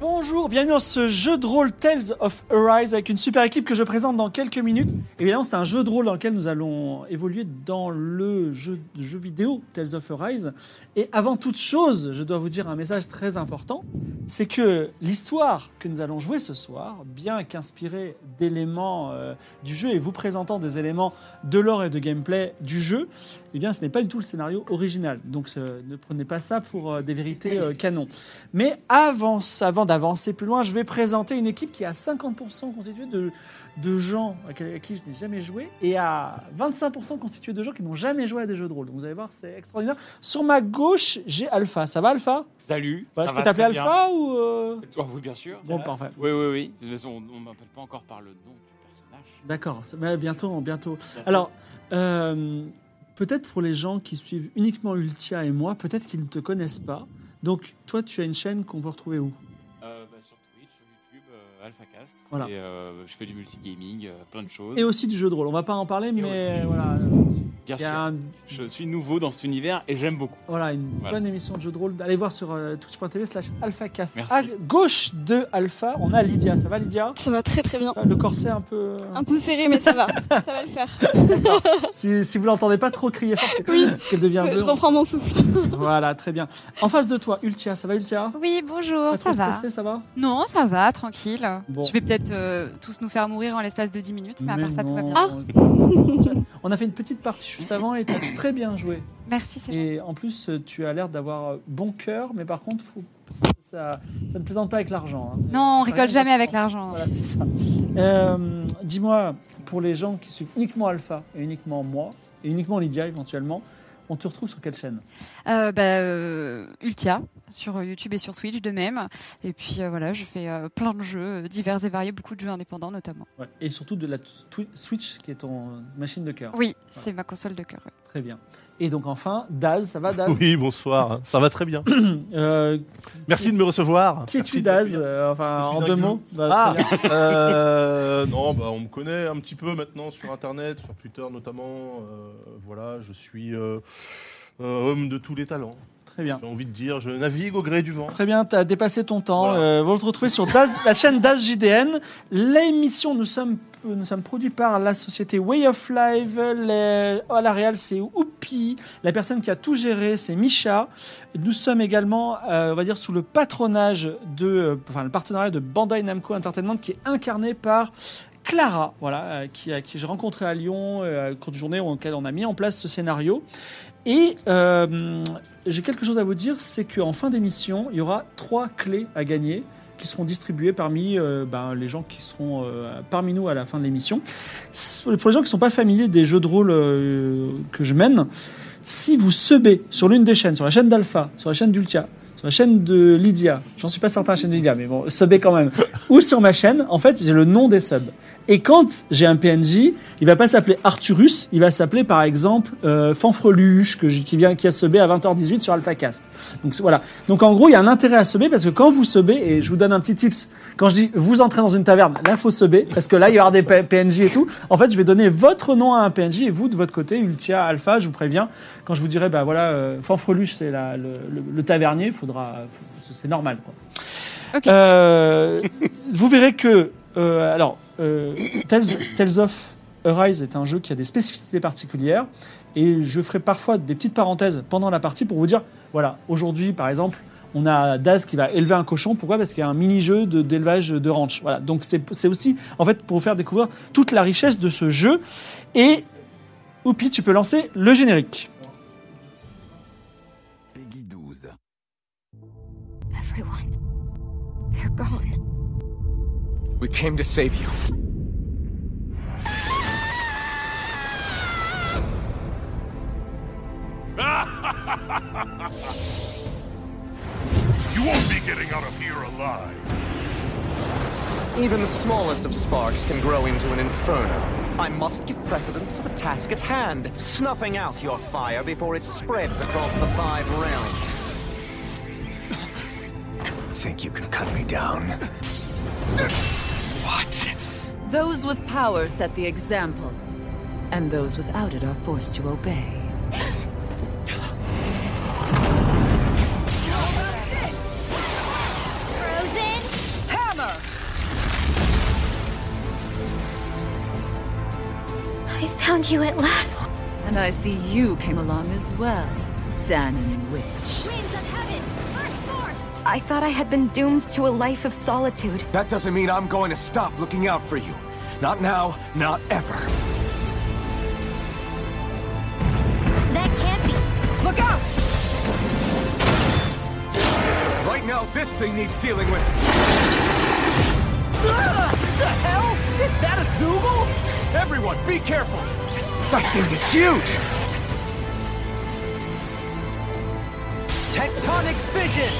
Bonjour, bienvenue dans ce jeu de rôle Tales of Arise avec une super équipe que je présente dans quelques minutes. Évidemment, c'est un jeu de rôle dans lequel nous allons évoluer dans le jeu, jeu vidéo Tales of Arise. Et avant toute chose, je dois vous dire un message très important, c'est que l'histoire que nous allons jouer ce soir, bien qu'inspirée d'éléments euh, du jeu et vous présentant des éléments de lore et de gameplay du jeu, eh bien, ce n'est pas du tout le scénario original. Donc, euh, ne prenez pas ça pour euh, des vérités euh, canon. Mais avant, avant d'avancer plus loin, je vais présenter une équipe qui est à 50% constituée de, de gens à qui, à qui je n'ai jamais joué et à 25% constituée de gens qui n'ont jamais joué à des jeux de rôle. Donc, vous allez voir, c'est extraordinaire. Sur ma gauche, j'ai Alpha. Ça va, Alpha Salut. Bah, ça Je va peux t'appeler très bien. Alpha ou. euh, Toi, oui, bien sûr. Bon, parfait. Oui, oui, oui. De toute façon, on ne m'appelle pas encore par le nom du personnage. D'accord, Ça- mais bientôt, bientôt. Alors, euh, peut-être pour les gens qui suivent uniquement Ultia et moi, peut-être qu'ils ne te connaissent pas. Donc, toi, tu as une chaîne qu'on peut retrouver où Euh, bah, sur Twitch, sur YouTube, euh, AlphaCast. Voilà. Et euh, je fais du multigaming, euh, plein de choses. Et aussi du jeu de rôle. On va pas en parler, mais aussi- voilà. bien Il y sûr. a un- Je suis nouveau dans cet univers et j'aime beaucoup. voilà, une Voilà. bonne émission de jeu de rôle. Allez voir sur euh, twitch.tv slash alphacast. Merci. À gauche de Alpha, on a Lydia. Ça va, Lydia Ça va très très bien. Ah, Le corset un peu... euh, Un peu serré, mais ça va. ça va le faire. Si, si vous l'entendez pas trop crier fort, c'est qu'elle devient Je bleue. reprends mon souffle. Voilà, très bien. En face de toi, Ultia. Ça va, Ultia Oui, bonjour, Pas ça trop va. stressé, ça va Non, ça va, tranquille. Bon. Je vais peut-être euh, tous nous faire mourir en l'espace de 10 minutes, mais, à part ça, tout va bien. Ah non. Ah. On a fait une petite partie juste avant et t'as très bien joué. Merci, c'est gentil. Et en plus, euh, tu as l'air d'avoir euh, bon cœur, mais par contre, faut- ça, ça ne plaisante pas avec l'argent. hein. Non, on Rien rigole jamais d'argent. avec l'argent. Voilà, c'est ça. Euh, Dis-moi, pour les gens qui suivent uniquement Alpha et uniquement moi, et uniquement Lydia éventuellement, on te retrouve sur quelle chaîne Euh, bah, euh, Ultia, sur YouTube et sur Twitch de même. Et puis euh, voilà, je fais euh, plein de jeux euh, divers et variés, beaucoup de jeux indépendants notamment. Et surtout de la Twi- Switch, qui est ton euh, machine de cœur. Oui, c'est ma console de cœur. ouais. Très bien. Et donc enfin, Daz, ça va Daz Oui, bonsoir. Ça va très bien. Euh, Merci de me recevoir. Qui es-tu Merci de Daz m'accueillir. Euh, Enfin, Je suis en un deux gueux. mots Bah, très Ah, bien. euh, non, bah, on me connaît un petit peu maintenant sur Internet, sur Twitter notamment. Euh, voilà, je suis euh, euh, homme de tous les talents. Très bien. J'ai envie de dire, je navigue au gré du vent. Très bien, tu as dépassé ton temps. Voilà. Euh, vous le retrouvez sur Daz- la chaîne DasJDN. L'émission, nous sommes, euh, nous sommes produits par la société Way of Life. Les- à la Real, c'est Oupi. La personne qui a tout géré, c'est Micha. Nous sommes également, euh, on va dire, sous le patronage de, euh, enfin, le partenariat de Bandai Namco Entertainment qui est incarné par Clara, voilà, euh, qui, a- qui j'ai rencontré à Lyon, euh, au cours de journée auquel on a mis en place ce scénario. Et euh, j'ai quelque chose à vous dire, c'est qu'en fin d'émission, il y aura trois clés à gagner qui seront distribuées parmi euh, ben, les gens qui seront euh, parmi nous à la fin de l'émission. Pour les gens qui ne sont pas familiers des jeux de rôle euh, que je mène, si vous sebez sur l'une des chaînes, sur la chaîne d'Alpha, sur la chaîne d'Ultia, sur la chaîne de Lydia, j'en suis pas certain à la chaîne de Lydia, mais bon, sebez quand même, ou sur ma chaîne, en fait, j'ai le nom des subs. Et quand j'ai un PNJ, il va pas s'appeler Arturus, il va s'appeler par exemple euh, Fanfreluche, que j'ai- qui vient qui a sebé à 20h18 sur AlphaCast. Donc c'est- voilà. Donc en gros, il y a un intérêt à seber parce que quand vous sebez, et je vous donne un petit tips, quand je dis vous entrez dans une taverne, là faut seber parce que là il y aura des P- PNJ et tout. En fait, je vais donner votre nom à un PNJ et vous de votre côté, Ultia, Alpha, je vous préviens, quand je vous dirai bah voilà, euh, Fanfreluche c'est la- le, le, le tavernier, faudra, faut- c'est normal quoi. Ok. Euh, vous verrez que euh, alors euh, Tales, Tales of Arise est un jeu qui a des spécificités particulières et je ferai parfois des petites parenthèses pendant la partie pour vous dire voilà aujourd'hui par exemple on a Daz qui va élever un cochon. Pourquoi Parce qu'il y a un mini-jeu de- d'élevage de, ranch. Voilà. Donc c'est c'est aussi, en fait, pour vous faire découvrir toute la richesse de ce jeu. Et, Oupi, tu peux lancer le générique. Peggy 12. Everyone, they're gone. We came to save you. You won't be getting out of here alive. Even the smallest of sparks can grow into an inferno. I must give precedence to the task at hand, snuffing out your fire before it spreads across the five realms. Think you can cut me down? What? Those with power set the example, and those without it are forced to obey. Frozen hammer. I found you at last. And I see you came along as well, Danon Witch. Winds of heaven. Burst forth. I thought I had been doomed to a life of solitude. That doesn't mean I'm going to stop looking out for you. Not now, not ever. That can't be. Look out! Right now, Oh, this thing needs dealing with. The hell? Is that a Zoogle? Everyone, be careful! That thing is huge! Tectonic vision!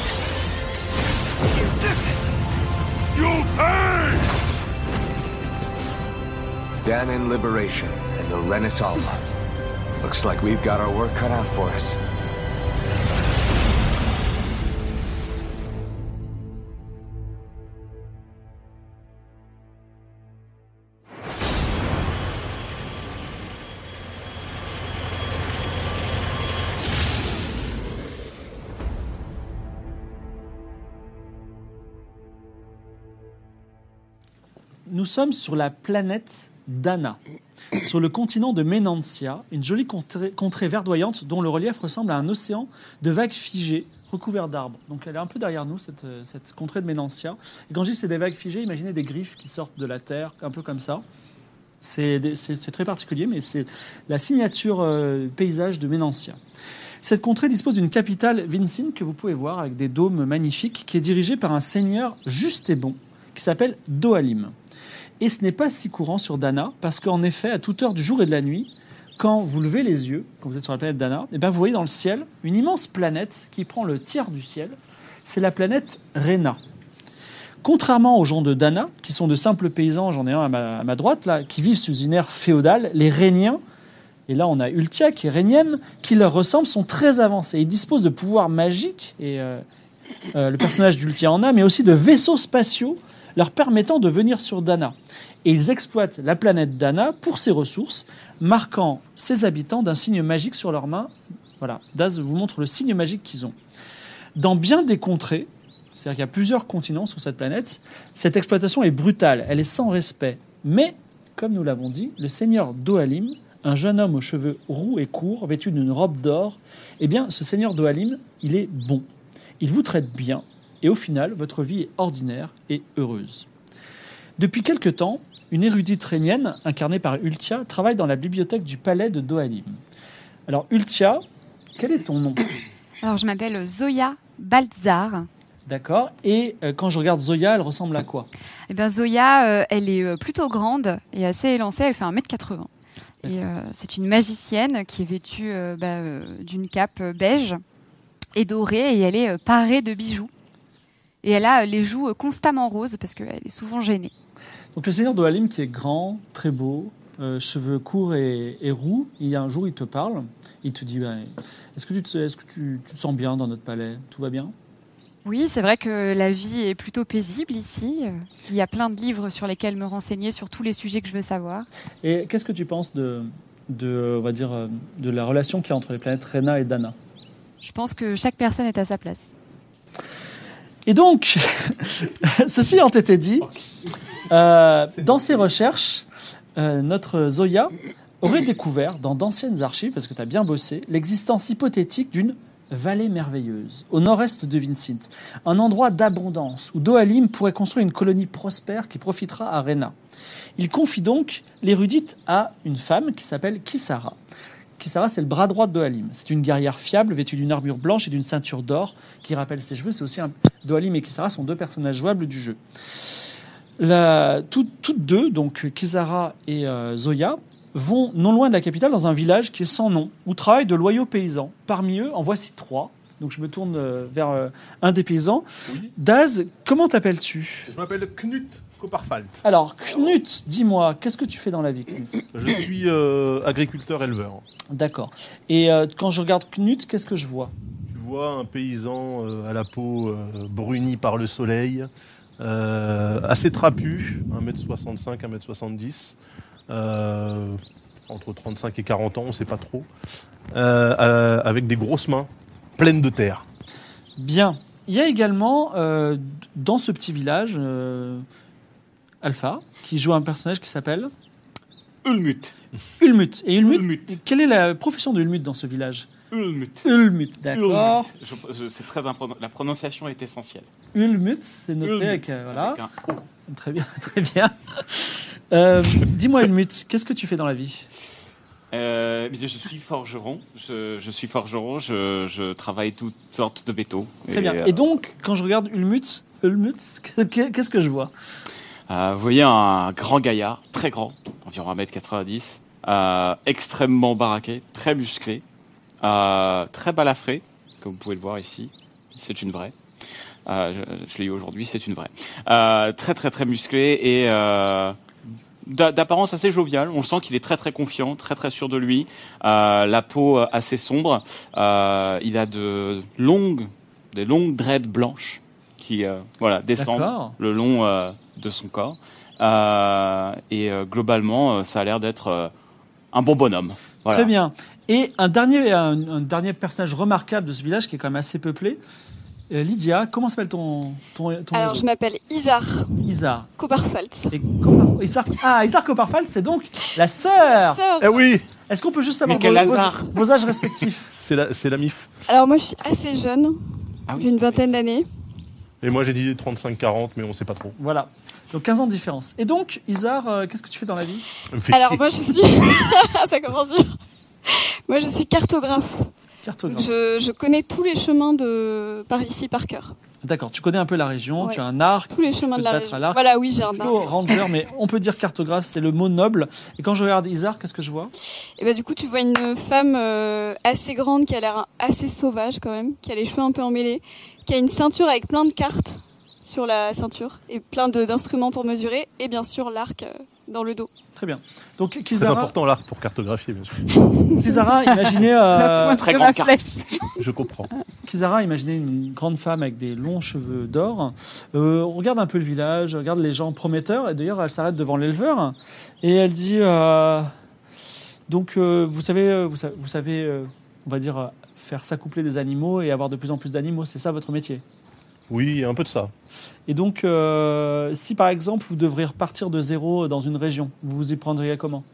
You'll pay! Danon Liberation and the Renis Alma. Looks like we've got our work cut out for us. Nous sommes sur la planète Dana, sur le continent de Ménantia, une jolie contrée, contrée verdoyante dont le relief ressemble à un océan de vagues figées recouvertes d'arbres. Donc elle est un peu derrière nous, cette, euh, cette contrée de Ménantia. Et quand je dis que c'est des vagues figées, imaginez des griffes qui sortent de la terre, un peu comme ça. C'est des- c'est- c'est très particulier, mais c'est la signature euh, paysage de Ménantia. Cette contrée dispose d'une capitale, Vincine, que vous pouvez voir avec des dômes magnifiques, qui est dirigée par un seigneur juste et bon, qui s'appelle Doalim. Et ce n'est pas si courant sur Dana, parce qu'en effet, à toute heure du jour et de la nuit, quand vous levez les yeux, quand vous êtes sur la planète Dana, et ben vous voyez dans le ciel une immense planète qui prend le tiers du ciel. C'est la planète Rena. Contrairement aux gens de Dana, qui sont de simples paysans, j'en ai un à ma, à ma droite, là, qui vivent sous une ère féodale, les Réniens, et là on a Ultia qui est Rénienne, qui leur ressemblent, sont très avancés. Ils disposent de pouvoirs magiques, et euh, euh, le personnage d'Ultia en a, mais aussi de vaisseaux spatiaux leur permettant de venir sur Dana. Et ils exploitent la planète Dana pour ses ressources, marquant ses habitants d'un signe magique sur leurs mains. Voilà, Daz vous montre le signe magique qu'ils ont. Dans bien des contrées, c'est-à-dire qu'il y a plusieurs continents sur cette planète, cette exploitation est brutale, elle est sans respect. Mais, comme nous l'avons dit, le seigneur Doalim, un jeune homme aux cheveux roux et courts, vêtu d'une robe d'or, eh bien, ce seigneur Doalim, il est bon. Il vous traite bien, et au final, votre vie est ordinaire et heureuse. Depuis quelque temps, une érudite rénienne, incarnée par Ultia, travaille dans la bibliothèque du palais de Doalim. Alors, Ultia, quel est ton nom Alors, je m'appelle Zoya Baltzar. D'accord Et euh, quand je regarde Zoya, elle ressemble à quoi Eh bien, Zoya, euh, elle est euh, plutôt grande et assez élancée. Elle fait 1m80. Et euh, c'est une magicienne qui est vêtue euh, bah, euh, d'une cape euh, beige et dorée et elle est euh, parée de bijoux. Et elle a euh, les joues euh, constamment roses parce qu'elle est souvent gênée. Donc, le seigneur Doalim, qui est grand, très beau, euh, cheveux courts et, et roux, il y a un jour, il te parle, il te dit Ben, Est-ce que, tu te, est-ce que tu- tu te sens bien dans notre palais Tout va bien Oui, c'est vrai que la vie est plutôt paisible ici. Euh, Il y a plein de livres sur lesquels me renseigner sur tous les sujets que je veux savoir. Et qu'est-ce que tu penses de, de, euh, on va dire, euh, de la relation qu'il y a entre les planètes Rena et Dana Je pense que chaque personne est à sa place. Et donc, ceci en été dit, euh, dans ses recherches, euh, notre Zoya aurait découvert dans d'anciennes archives, parce que tu as bien bossé, l'existence hypothétique d'une vallée merveilleuse, au nord-est de Vincent, un endroit d'abondance où Doalim pourrait construire une colonie prospère qui profitera à Rena. Il confie donc l'érudite à une femme qui s'appelle Kisara. Kisara, c'est le bras droit de Doalim. C'est une guerrière fiable, vêtue d'une armure blanche et d'une ceinture d'or qui rappelle ses cheveux. C'est aussi un... Doalim et Kisara sont deux personnages jouables du jeu. La- tout- Toutes deux, donc Kisara et euh, Zoya, vont non loin de la capitale dans un village qui est sans nom, où travaillent de loyaux paysans. Parmi eux, en voici trois. Donc je me tourne euh, vers euh, un des paysans. Daz, comment t'appelles-tu Je m'appelle Knut Koparfalt. Alors, Knut, dis-moi, qu'est-ce que tu fais dans la vie, Knut Je suis euh, agriculteur-éleveur. D'accord. Et euh, quand je regarde Knut, qu'est-ce que je vois Tu vois un paysan euh, à la peau euh, brunie par le soleil, euh, assez trapu, 1m65, 1m70, euh, entre 35 et 40 ans, on ne sait pas trop, euh, euh, avec des grosses mains pleines de terre. Bien. Il y a également euh, d- dans ce petit village euh, Alpha qui joue un personnage qui s'appelle Ulmut. Ulmut. Et Ulmut, quelle est la profession de Ulmut dans ce village Ulmut. Ulmut, d'accord. Ulmut. Je- je- C'est très impron- La prononciation est essentielle. Ulmut, c'est noté Ulmut, avec, euh, voilà. avec un O. Très bien, très bien. Euh, Dis-moi Ulmut, qu'est-ce que tu fais dans la vie Euh, je suis forgeron. Je, je suis forgeron. Je, je travaille toutes sortes de métaux. Très bien. euh, Et donc, quand je regarde Ulmut, Ulmut, qu'est-ce que je vois Euh, vous voyez un grand gaillard, très grand, environ 1m90, euh, extrêmement baraqué, très musclé, euh, très balafré, comme vous pouvez le voir ici. C'est une vraie. Euh, je je l'ai eu aujourd'hui, c'est une vraie. Euh, très très très musclé et euh, d'a- d'apparence assez joviale. On sent qu'il est très très confiant, très très sûr de lui. Euh, la peau euh, assez sombre. Euh, il a de longues, des longues dreads blanches qui euh, voilà descendent D'accord. le long euh, de son corps. Euh, et euh, globalement, euh, ça a l'air d'être euh, un bon bonhomme. Voilà. Très bien. Et un dernier, un, un dernier personnage remarquable de ce village qui est quand même assez peuplé. Euh, Lydia, comment s'appelle ton, ton, ton Alors, héros je m'appelle Isar Isar. Copperfelt. Et Copar- Isar- Ah, Isar Copperfald, c'est donc la sœur. Sœur. Eh oui Est-ce qu'on peut juste savoir Mais quel vos, vos- hasard. vos âges respectifs C'est la, c'est la MIF. Alors, moi, je suis assez jeune, Ah oui. j'ai une vingtaine d'années. Et moi j'ai dit 35-40, mais on ne sait pas trop. Voilà. Donc 15 ans de différence. Et donc, Isar, euh, qu'est-ce que tu fais dans la vie Ça me fait Alors, chier. moi, je suis. Ça commence bien. Moi, je suis cartographe. Cartographe. Je, je connais tous les chemins de par ici par cœur. D'accord, tu connais un peu la région, Ouais. tu as un arc. Tous les tu chemins peux de te la battre région. à l'arc. Voilà, oui, j'ai un Plutôt arc. ranger, mais on peut dire cartographe, c'est le mot noble. Et quand je regarde Isar, qu'est-ce que je vois Et bah, du coup, tu vois une femme euh, assez grande qui a l'air assez sauvage quand même, qui a les cheveux un peu emmêlés, qui a une ceinture avec plein de cartes sur la ceinture et plein de- d'instruments pour mesurer et bien sûr l'arc euh, dans le dos. Très bien. Donc, C'est Kizara, important l'arc pour cartographier, bien sûr. Kizara, imaginez. euh, La pointe Très de grande la carte. flèche. Je comprends. Kizara, imaginez une grande femme avec des longs cheveux d'or. Euh, regarde un peu le village, regarde les gens prometteurs. Et d'ailleurs, elle s'arrête devant l'éleveur et elle dit euh, Donc, euh, vous savez, euh, vous, sa- vous savez, euh, on va dire, euh, faire s'accoupler des animaux et avoir de plus en plus d'animaux, c'est ça votre métier Oui, il y a un peu de ça. Et donc, euh, si par exemple, vous devriez repartir de zéro dans une région, vous vous y prendriez comment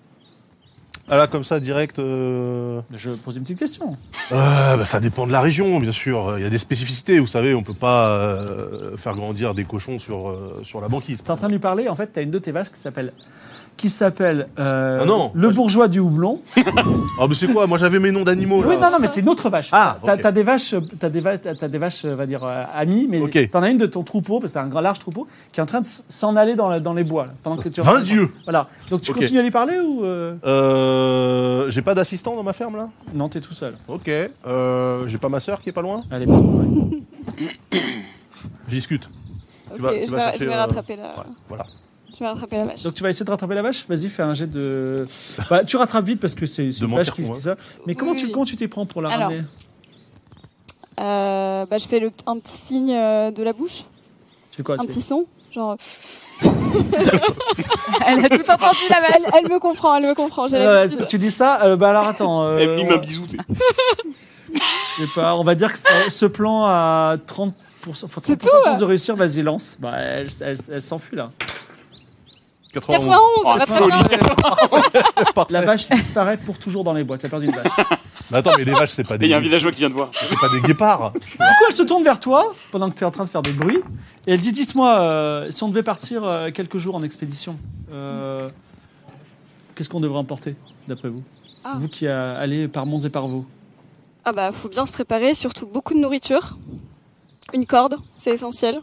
Ah là, comme ça, direct. euh, Je pose une petite question. Euh, bah, ça dépend de la région, bien sûr. Il y a des spécificités, vous savez, on peut pas euh, faire grandir des cochons sur, euh, sur la banquise. T'es en train de lui parler, en fait, t'as une de tes vaches qui s'appelle. Qui s'appelle euh, Ah non. le bourgeois du houblon. Ah, mais c'est quoi Moi j'avais mes noms d'animaux. Oui, Oh là. non, non, mais c'est une autre vache. Ah, t'as ok. t'as des vaches, euh, t'as des, va- t'as- t'as des vaches, euh, va dire euh, amies, mais t'en as une de ton troupeau parce que t'as un grand large troupeau qui est en train de s- s'en aller dans, la- dans les bois là, pendant que tu. Vingt dieux. Voilà. Donc tu Ok. continues à lui parler ou euh, Euh, j'ai pas d'assistant dans ma ferme là Non, t'es tout seul. Ok. Euh, j'ai pas ma sœur qui est pas loin Elle est pas loin. Je discute. Ok, je, vais, je vais rattraper la. voilà. Je vais rattraper la vache. Donc tu vas essayer de rattraper la vache. Vas-y, fais un jet de. Bah, tu rattrapes vite parce que c'est c'est une vache qui pour qui ça. Mais comment Oui, tu oui. comment tu t'y prends pour la Alors. ramener Euh, bah, je fais le, un petit signe euh, de la bouche, Tu fais quoi un tu fais- petit son, genre. euh, Elle a tout entendu, la vache. Elle, elle me comprend, elle me comprend. J'ai Euh, l'habitude. tu dis ça, euh, bah alors attends. euh, Elle mime un on- bisou. t'es- Je sais pas, on va dire que ça- ce plan a 30%, enfin, 30 de hein. chance de réussir, vas-y, lance. Bah, elle elle- elle s'enfuit là. 91, Oh, ça va très bien. La vache disparaît pour toujours dans les bois. T'as perdu une vache. Mais attends, mais les vaches, c'est pas Et des. il y a un villageois qui vient de voir. C'est pas des guépards. Du coup, elle se tourne vers toi pendant que t'es en train de faire des bruits et elle dit Dites-moi, euh, si on devait partir euh, quelques jours en expédition, euh, qu'est-ce qu'on devrait emporter, d'après vous Ah. Vous qui euh, allez par monts et par veaux. Ah bah faut bien se préparer, surtout beaucoup de nourriture. Une corde, c'est essentiel.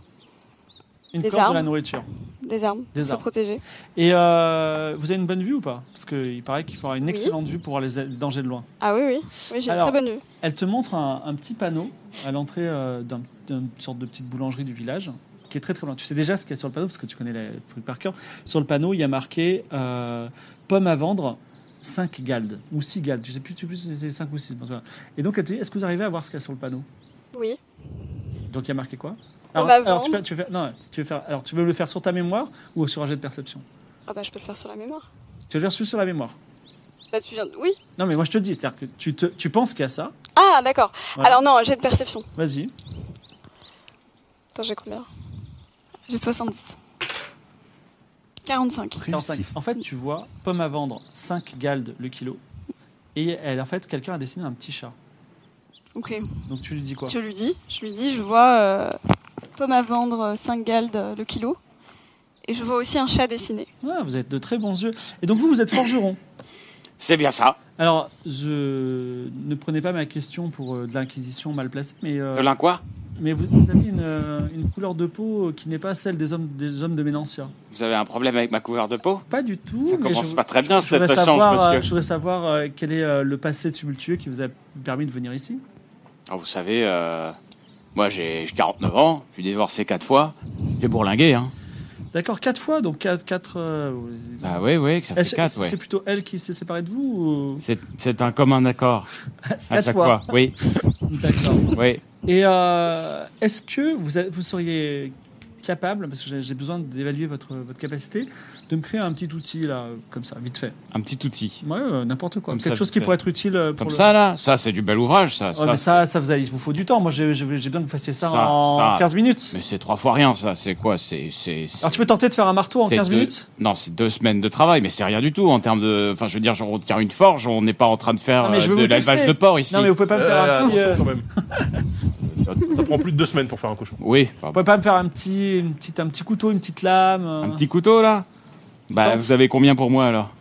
Une Des corde de la armes. nourriture. Des armes. Des pour armes. se protéger. Et euh, vous avez une bonne vue ou pas Parce qu'il paraît qu'il faudra une excellente vue pour les dangers de loin. Ah oui, oui. Oui, j'ai une Alors, très bonne vue. Elle te montre un, un petit panneau à l'entrée euh, d'un- d'une sorte de petite boulangerie du village qui est très très loin. Tu sais déjà ce qu'il y a sur le panneau parce que tu connais les trucs par cœur. Sur le panneau, il y a marqué euh, pommes à vendre 5 galdes ou 6 galdes. Tu sais plus, tu sais plus si c'est 5 ou 6. Et donc elle te dit est-ce que vous arrivez à voir ce qu'il y a sur le panneau Oui. Donc il y a marqué quoi On alors, va alors, tu, vendre. fais- tu, veux faire- non, tu veux faire, alors tu veux le faire sur ta mémoire ou sur un jet de perception Ah bah je peux le faire sur la mémoire. Tu veux le faire juste sur la mémoire Bah tu viens de... Oui. Non mais moi je te dis, c'est-à-dire que tu, te, tu penses qu'il y a ça, Ah d'accord. Voilà. Alors non, j'ai de perception. vas-y. Attends, j'ai combien J'ai 70. 45. 45. En fait, tu vois, pomme à vendre, 5 galdes le kilo. Et elle, en fait, quelqu'un a dessiné un petit chat. Ok. Donc tu lui dis quoi Je lui dis, je lui dis, je vois euh, pomme à vendre 5 galdes euh, le kilo. Et je vois aussi un chat dessiné. Ah, vous êtes de très bons yeux. Et donc vous, vous êtes forgeron. C'est bien ça. Alors, je ne prenez pas ma question pour euh, de l'inquisition mal placée, mais euh, De l'un quoi mais vous, vous avez une, euh, une couleur de peau qui n'est pas celle des hommes des hommes de Ménancia. Vous avez un problème avec ma couleur de peau Pas du tout. Ça mais commence je- pas très bien je voudrais cette échange, savoir, euh, monsieur. je voudrais savoir euh, quel est euh, le passé tumultueux qui vous a permis de venir ici. Ah, vous savez, euh, moi j'ai j'ai 49 ans, je suis divorcé 4 fois, j'ai bourlingué. Hein. D'accord, quatre fois, donc quatre. quatre euh, Bah oui, oui, que ça elle- fait 4, c'est ouais. c'est plutôt elle qui s'est séparée de vous C'est- C'est un commun accord. À Quatre chaque fois. fois. Oui, ou... D'accord. oui. Et euh, est-ce que vous, a- vous seriez capable, parce que j'ai- j'ai besoin d'évaluer votre, votre capacité, de me créer un petit outil, là, euh, comme ça, vite fait Un petit outil. Ouais, euh, n'importe quoi. Comme Quelque ça, chose vite qui fait. pourrait être utile euh, pour Comme le- ça, là, ça c'est du bel ouvrage, ça. Ouais, Oh, mais ça, ça vous, allez, il vous faut du temps. Moi, j'ai j'ai- j'ai besoin que vous fassiez ça, ça, en ça. 15 minutes. Mais c'est trois fois rien, ça. C'est quoi C'est. c'est- c'est- Alors, tu peux tenter de faire un marteau en c'est 15 deux- minutes Non, c'est deux semaines de travail, mais c'est rien du tout en termes de. Enfin, je veux dire, genre, on tient une forge, on n'est pas en train de faire Non, Ah, mais je euh, veux de vous tester. l'élevage de porc ici. Non, mais vous pouvez pas me faire Euh, un petit. euh, attention, quand même. Ça prend plus de deux semaines pour faire un cochon. Oui, Vous pardon. pouvez pas me faire un petit, une petite, un petit couteau, une petite lame euh, un petit couteau là Bah, Tente. vous avez combien pour moi alors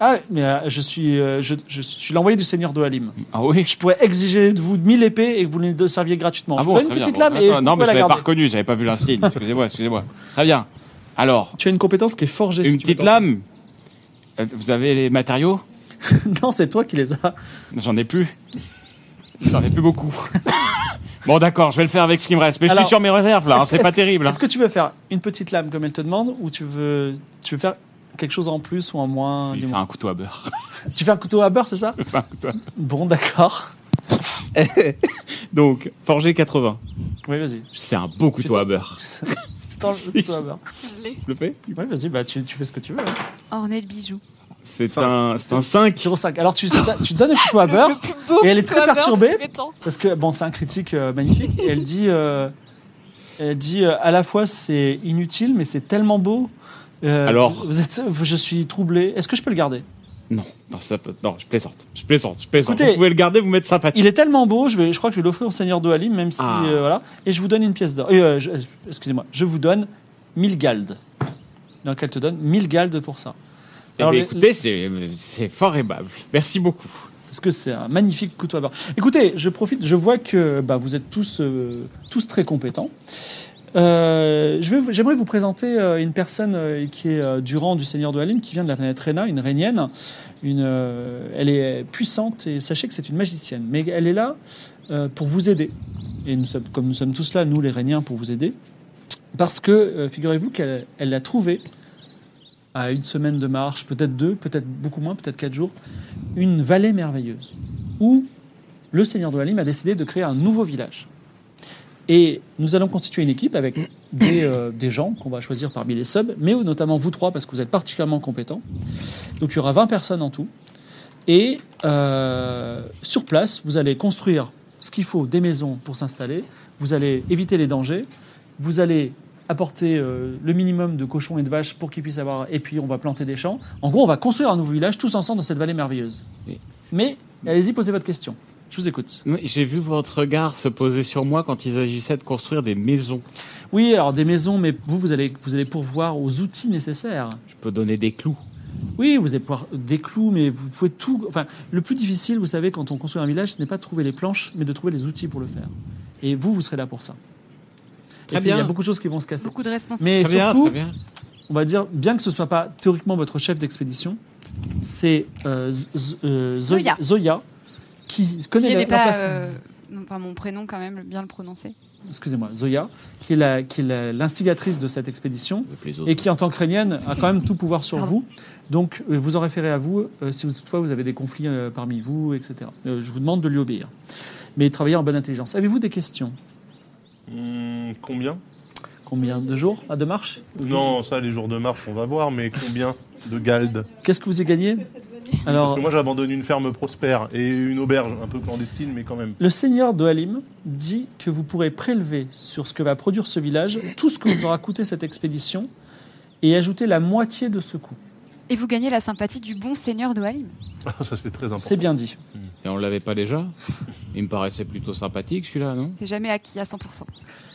Ah, mais euh, je suis, euh, je, je suis l'envoyé du seigneur de Halim. Ah oui Je pourrais exiger de vous 1000 épées et que vous les deux serviez gratuitement. Ah je bon, vous donne très une bien. petite Bon, lame et d'accord. je Non, vous mais la je l'avais pas garder. reconnu, j'avais pas vu l'insigne. Excusez-moi, excusez-moi. Très bien. Alors, Tu as une compétence qui est forgée. si une tu petite veux lame Euh, Vous avez les matériaux tenter. non, c'est toi qui les as. J'en ai plus. J'en ai plus beaucoup. bon, d'accord, je vais le faire avec ce qui me reste. Mais je Alors, suis sur mes réserves là, hein, est-ce- c'est est-ce- pas terrible. hein. Est-ce que tu veux faire une petite lame comme elle te demande ou tu veux, tu veux faire quelque chose en plus ou en moins Il dis-moi. fait un couteau à beurre. Tu fais un couteau à beurre, c'est ça Il fait un couteau à beurre. Bon, d'accord. Donc, forger 80. Oui, vas-y. C'est un beau couteau à beurre. Tu t'en- Si. couteau à beurre. Ciselé. Je le fais Oui, vas-y, bah, tu, tu fais ce que tu veux. hein. Orné de bijoux. C'est un, c'est un 5. 0,5. Alors, tu, tu donnes le couteau à beurre. Le plus beau Et elle est couteau très à beurre de perturbée. tous les temps. Parce que bon, c'est un critique euh, magnifique. Et elle dit, euh, elle dit euh, à la fois c'est inutile, mais c'est tellement beau. Euh, Alors vous êtes, je suis troublé. Est-ce que je peux le garder Non, non, ça peut- non, je plaisante. Je plaisante, je plaisante. Écoutez- vous pouvez le garder, vous mettre sympathique. Il est tellement beau. Je vais, je crois que je vais l'offrir au seigneur de Halim, même si Ah. euh, voilà. Et je vous donne une pièce d'or. Euh, je- Excusez-moi. Je vous donne 1000 galdes. Donc elle te donne 1000 galdes pour ça. Eh Alors, bien, le- écoutez, c'est- c'est fort aimable. Merci beaucoup. Parce que c'est un magnifique couteau à beurre. Écoutez, je profite, je vois que bah, vous êtes tous, euh, tous très compétents. Euh, je vais vous- J'aimerais vous présenter euh, une personne euh, qui est euh, du rang du Seigneur de Halim, qui vient de la planète Rena, une Rhénienne. Une, euh, elle est puissante et sachez que c'est une magicienne. Mais elle est là euh, pour vous aider. Et nous sommes, comme nous sommes tous là, nous les Rhéniens, pour vous aider. Parce que, euh, figurez-vous qu'elle elle l'a trouvé à une semaine de marche, peut-être deux, peut-être beaucoup moins, peut-être quatre jours, une vallée merveilleuse où le seigneur de Halim a décidé de créer un nouveau village. Et nous allons constituer une équipe avec des, euh, des gens qu'on va choisir parmi les subs, mais notamment vous trois parce que vous êtes particulièrement compétents. Donc il y aura 20 personnes en tout. Et euh, sur place, vous allez construire ce qu'il faut, des maisons pour s'installer, vous allez éviter les dangers, vous allez apporter euh, le minimum de cochons et de vaches pour qu'ils puissent avoir, et puis on va planter des champs. En gros, on va construire un nouveau village tous ensemble dans cette vallée merveilleuse. Oui. Mais allez-y, posez votre question. Je vous écoute. Oui, J'ai vu votre regard se poser sur moi quand il s'agissait de construire des maisons. Oui, alors des maisons, mais vous, vous allez, vous allez pourvoir aux outils nécessaires. Je peux donner des clous. Oui, vous allez pouvoir des clous, mais vous pouvez tout. Enfin, le plus difficile, vous savez, quand on construit un village, ce n'est pas de trouver les planches, mais de trouver les outils pour le faire. Et vous, vous serez là pour ça. Très Et puis, Il y a bien. beaucoup de choses qui vont se casser. Beaucoup de responsabilités. Mais Très bien, surtout, très bien. on va dire, bien que ce soit pas théoriquement votre chef d'expédition, c'est euh, Z- Z- euh, Zo- Zoya. Zoya qui connaît Je la, n'ai la pas, place. euh, non, enfin, mon prénom quand même, bien le prononcer. Excusez-moi, Zoya, qui est la- qui est la- l'instigatrice de cette expédition les autres. et qui, en tant que crénienne, a quand même tout pouvoir sur vous. Donc, euh, vous en référez à vous euh, si vous, toutefois vous avez des conflits euh, parmi vous, etc. Euh, je vous demande de lui obéir. Mais travaillez en bonne intelligence. Avez-vous des questions Hum, combien Combien de jours à de marche Non, ça, les jours de marche, on va voir, mais combien de galdes Qu'est-ce que vous avez gagné Alors... Alors- Parce que moi, j'abandonne une ferme prospère et une auberge un peu clandestine, mais quand même. Le seigneur de Halim dit que vous pourrez prélever sur ce que va produire ce village tout ce que vous aura coûté cette expédition et ajouter la moitié de ce coût. Et vous gagnez la sympathie du bon seigneur de Halim. ça, c'est très important. C'est bien dit. Et on l'avait pas déjà Il me paraissait plutôt sympathique celui-là, non C'est jamais acquis à 100%. Euh,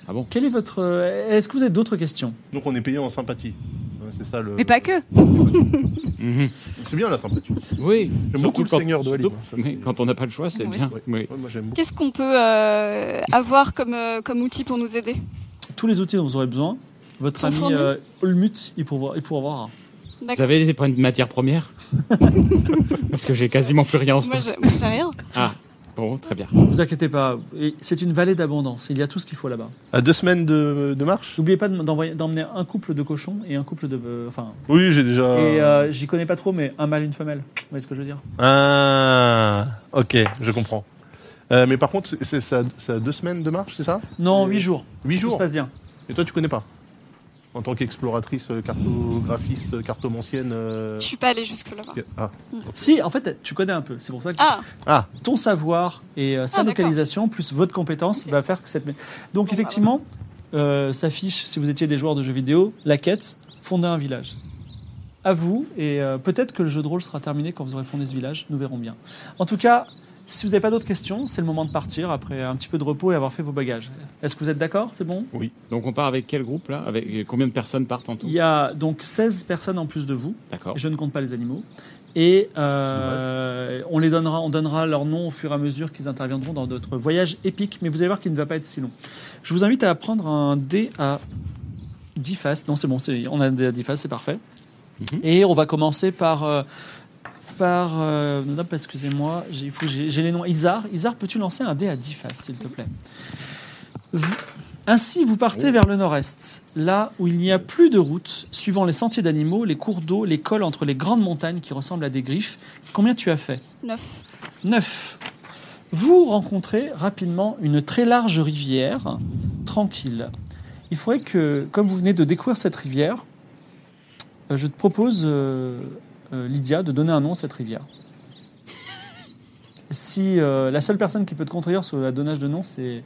Ah bon Quel est votre. euh, Est-ce que vous avez d'autres questions Donc, on est payé en sympathie. Ouais, C'est ça le. Mais pas que. C'est bien la sympathie. Oui. J'aime beaucoup le seigneur de Halim. hein, ça, Mais quand on n'a pas le choix, c'est Oui. bien. Oui. moi, j'aime beaucoup. Qu'est-ce qu'on peut euh, avoir comme, euh, comme outil pour nous aider Tous les outils dont vous aurez besoin, votre Sont ami fournis euh, Olmut, il pourra, il pourra voir. Vous avez des problèmes de matières premières Parce que j'ai quasiment plus rien en Moi, stock. j'ai moi, j'ai rien. Ah, bon, très bien. Ne vous inquiétez pas, et c'est une vallée d'abondance, il y a tout ce qu'il faut là-bas. À deux semaines de, de marche N'oubliez pas de- d'envoyer- d'emmener un couple de cochons et un couple de. euh, Enfin. Oui, j'ai déjà. Et euh, j'y connais pas trop, mais un mâle, une femelle. Vous voyez ce que je veux dire Ah, ok, je comprends. Euh, mais par contre, c'est- c'est ça, ça a deux semaines de marche, c'est ça Non, huit jours. Huit Tout jours. se passe bien. Et toi, tu connais pas En tant qu'exploratrice, euh, cartographiste, euh, cartomancienne. euh, Je suis pas allée jusque là-bas. que- Ah. Si, en fait, tu connais un peu. C'est pour ça que Ah, Ah. ton savoir et euh, sa Ah, d'accord. localisation plus votre compétence va faire que cette. Donc effectivement, euh, s'affiche si vous étiez des joueurs de jeux vidéo la quête fonder un village. À vous et euh, peut-être que le jeu de rôle sera terminé quand vous aurez fondé ce village. Nous verrons bien. En tout cas, si vous n'avez pas d'autres questions, c'est le moment de partir après un petit peu de repos et avoir fait vos bagages. Est-ce que vous êtes d'accord C'est bon Oui. Donc on part avec quel groupe là Avec euh, combien de personnes partent en tout Il y a donc 16 personnes en plus de vous. D'accord. Je ne compte pas les animaux. Et euh, on les donnera, on donnera leur nom au fur et à mesure qu'ils interviendront dans notre voyage épique. Mais vous allez voir qu'il ne va pas être si long. Je vous invite à prendre un dé à 10 faces. Non, c'est bon, c'est- on a un dé à 10 faces, c'est parfait. Et on va commencer par. euh, par euh, non, excusez-moi, j'ai il faut que j'ai- j'ai les noms. Isar, Isar peux-tu lancer un dé à 10 faces, s'il te plaît Vous- ainsi, vous partez vers le nord-est, là où il n'y a plus de route, suivant les sentiers d'animaux, les cours d'eau, les cols entre les grandes montagnes qui ressemblent à des griffes. Combien tu as fait neuf. 9. Vous rencontrez rapidement une très large rivière, tranquille. Il faudrait que, comme vous venez de découvrir cette rivière, euh, je te propose, euh, euh, Lydia, de donner un nom à cette rivière. Si euh, la seule personne qui peut te contredire sur le donnage de nom, c'est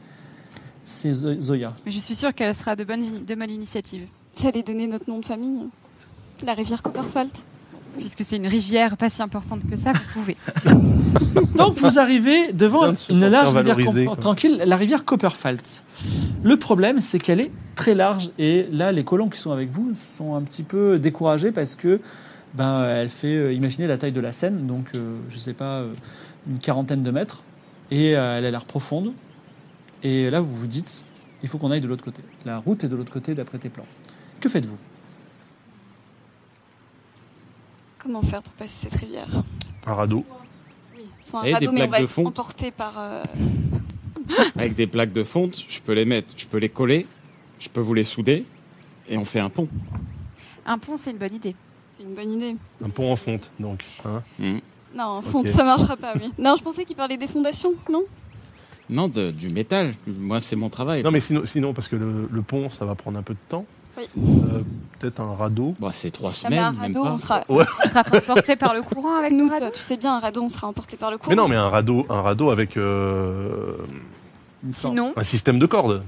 c'est Zo- Zoya. Mais je suis sûre qu'elle sera de bonne, de bonne initiative. J'allais donner notre nom de famille. La rivière Copperfalt. Puisque c'est une rivière pas si importante que ça, vous pouvez. Donc vous arrivez devant Putain de se une sentir large rivière valorisé, com- quoi. tranquille, la rivière Copperfalt. Le problème, c'est qu'elle est très large et là, les colons qui sont avec vous sont un petit peu découragés parce que ben, elle fait euh, imaginer la taille de la Seine, donc euh, je sais pas, euh, une quarantaine de mètres, et euh, elle a l'air profonde. Et là, vous vous dites, il faut qu'on aille de l'autre côté. La route est de l'autre côté d'après tes plans. Que faites-vous Comment faire pour passer cette rivière Un radeau. Soit Ça y un est, des radeau, mais on plaques va de être fonte. emporté par. euh, Avec des plaques de fonte, je peux les mettre, je peux les coller, je peux vous les souder et on fait un pont. Un pont, c'est une bonne idée. C'est une bonne idée. Un pont en fonte, donc. hein. Non, fonte, Ok. ça marchera pas, oui. Non, je pensais qu'il parlait des fondations, non Non, de- du métal. Moi, c'est mon travail. Non, mais sinon, sinon parce que le, le pont, ça va prendre un peu de temps. Oui. Euh, Peut-être un radeau. Bah, c'est trois Ça met un radeau, on sera, Ouais. on sera pas emporté par le courant avec nous. Toi, tu sais bien, un radeau, on sera emporté par le courant. Mais non, mais un radeau, un radeau avec euh, Sinon, un système de cordes.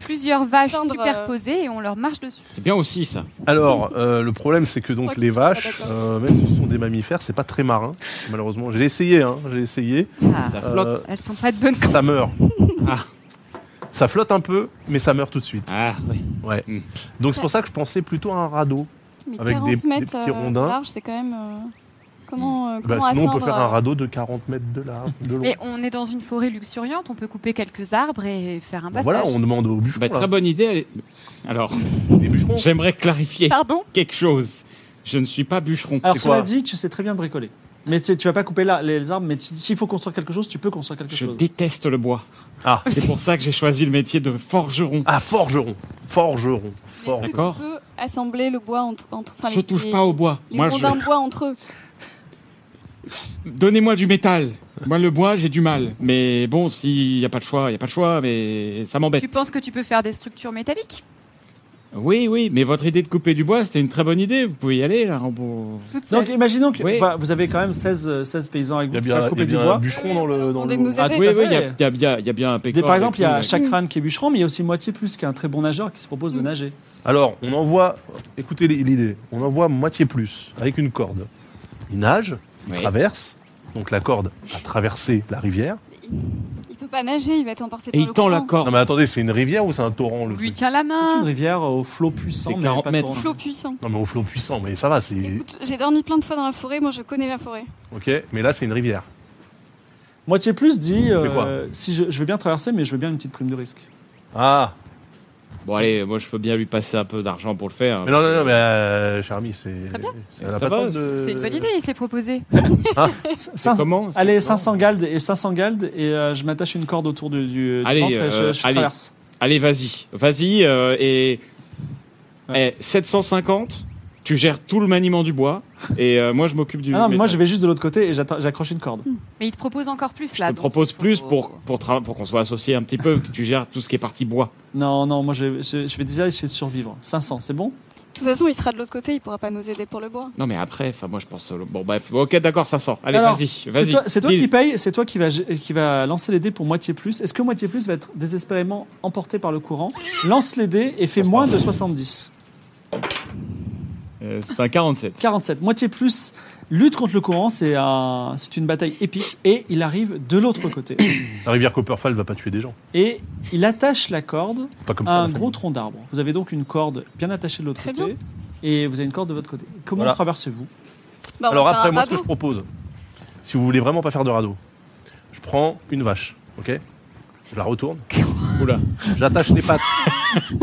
plusieurs vaches Tendre, euh, superposées et on leur marche dessus. C'est bien aussi ça. Alors, euh, le problème, c'est que crois donc que les c'est pas vaches, d'accord. euh, même si ce sont des mammifères, c'est pas très marin. Malheureusement, j'ai essayé, hein, j'ai essayé. Euh, Ah. Euh, Ça flotte. Elles sont pas de bonne Ça meurt. Ah. Ça flotte un peu, mais ça meurt tout de suite. Ah oui. Ouais. Donc c'est pour ça que je pensais plutôt à un radeau. Mais Avec des- 40 mètres des petits euh, rondins. large, c'est quand même. euh, Comment, euh, Bah, comment sinon, on peut atteindre, faire un euh, radeau de 40 mètres de, là, de long. Mais on est dans une forêt luxuriante, on peut couper quelques arbres et faire un Bah, passage. voilà, on demande aux bûcherons. Bah, là. très bonne idée. elle est- Alors, j'aimerais clarifier Pardon quelque chose. Je ne suis pas bûcheron. Alors, cela dit, tu sais très bien bricoler. Mais tu, tu vas pas couper là les arbres, mais tu- s'il faut construire quelque chose, tu peux construire quelque Je chose. Ah. déteste le bois. C'est pour ça que j'ai choisi le métier de forgeron. Ah, forgeron. Forgeron. est-ce que tu D'accord peux assembler le bois entre. entre enfin, Je les- touche les- pas au bois. Les Moi, je- rondins de bois entre eux. Donnez-moi du métal. Moi, le bois, j'ai du mal. Mais bon, s'il n'y a pas de choix, il n'y a pas de choix, mais ça m'embête. Tu penses que tu peux faire des structures métalliques Oui, oui, mais votre idée de couper du bois, c'était une très bonne idée. Vous pouvez y aller, là. on peut- Donc imaginons que Oui. bah, vous avez quand même 16, euh, 16 paysans avec vous qui bien- peuvent il y couper a du bien bois. un bûcheron dans le. Dans le... Ah, oui, oui, il y a- il y, a bien- il y a bien un Des- pécor. par exemple, il y avec a nous, là. Chakran qui est bûcheron, mais il y a aussi moitié plus qui est un très bon nageur qui se propose de nager. Alors, on envoie. Écoutez l- l'idée. On envoie moitié plus avec une corde. Il nage, il Oui. traverse. Donc, la corde a traversé la rivière. Il peut pas nager, il va être emporté Et par il le tend courant. la corde. Non, mais attendez, c'est une rivière ou c'est un torrent le Lui truc tient la Ah. C'est une main. rivière au flot puissant. C'est mais 40 pas mètres. torrent. Flot puissant. Non, mais au flot puissant, mais ça va, c'est. J'ai dormi plein de fois dans la forêt, moi je connais la forêt. Ok, mais là, c'est une rivière. Moitié plus dit On fait quoi euh, si je, je veux bien traverser, mais je veux bien une petite prime de risque. Ah Bon, allez, moi, je peux bien lui passer un peu d'argent pour le faire. Mais non, non, non, mais euh, Charmy, c'est. Très bien. c'est à la Ça va, patente de- C'est une bonne idée, il s'est proposé. Cin- comment Allez, 500 galdes et 500 galdes et euh, je m'attache une corde autour du, du, du Allez, ventre et euh, je, je allez. traverse. Allez, vas-y. Vas-y, euh, et... eh, 750, tu gères tout le maniement du bois, et euh, moi, je m'occupe du Ah non, mais moi métal. je vais juste de l'autre côté et j'atta- j'accroche une corde. Mais il te propose encore plus là. Je te propose plus pour, Euh, pour, tra- pour qu'on soit associé un petit peu, que tu gères tout ce qui est partie bois. Non, non, moi je, je- je vais déjà essayer de survivre. 500, c'est bon De toute façon, il sera de l'autre côté, il pourra pas nous aider pour le bois. Non, mais après, enfin, moi je pense. au- Bon, bref, ok, d'accord, ça sort. Allez, Alors, vas-y, c'est vas-y. toi- C'est toi, Deal. qui paye, c'est toi qui va, qui va lancer les dés pour moitié plus. Est-ce que moitié plus va être désespérément emporté par le courant Lance les dés et fais moins de 70. Euh, c'est un 47. 47. Moitié plus lutte contre le courant, c'est un, c'est une bataille épique et il arrive de l'autre côté. La rivière Copperfall va pas tuer des gens. Et il attache la corde Pas comme ça, à la un famille. gros tronc d'arbre. Vous avez donc une corde bien attachée de l'autre Très côté bien. et vous avez une corde de votre côté. Comment Voilà. traversez-vous Bah, on Alors va faire après, un moi, ce que radeau. je propose, si vous voulez vraiment pas faire de radeau, je prends une vache, ok Je la retourne. Oula. J'attache les pattes.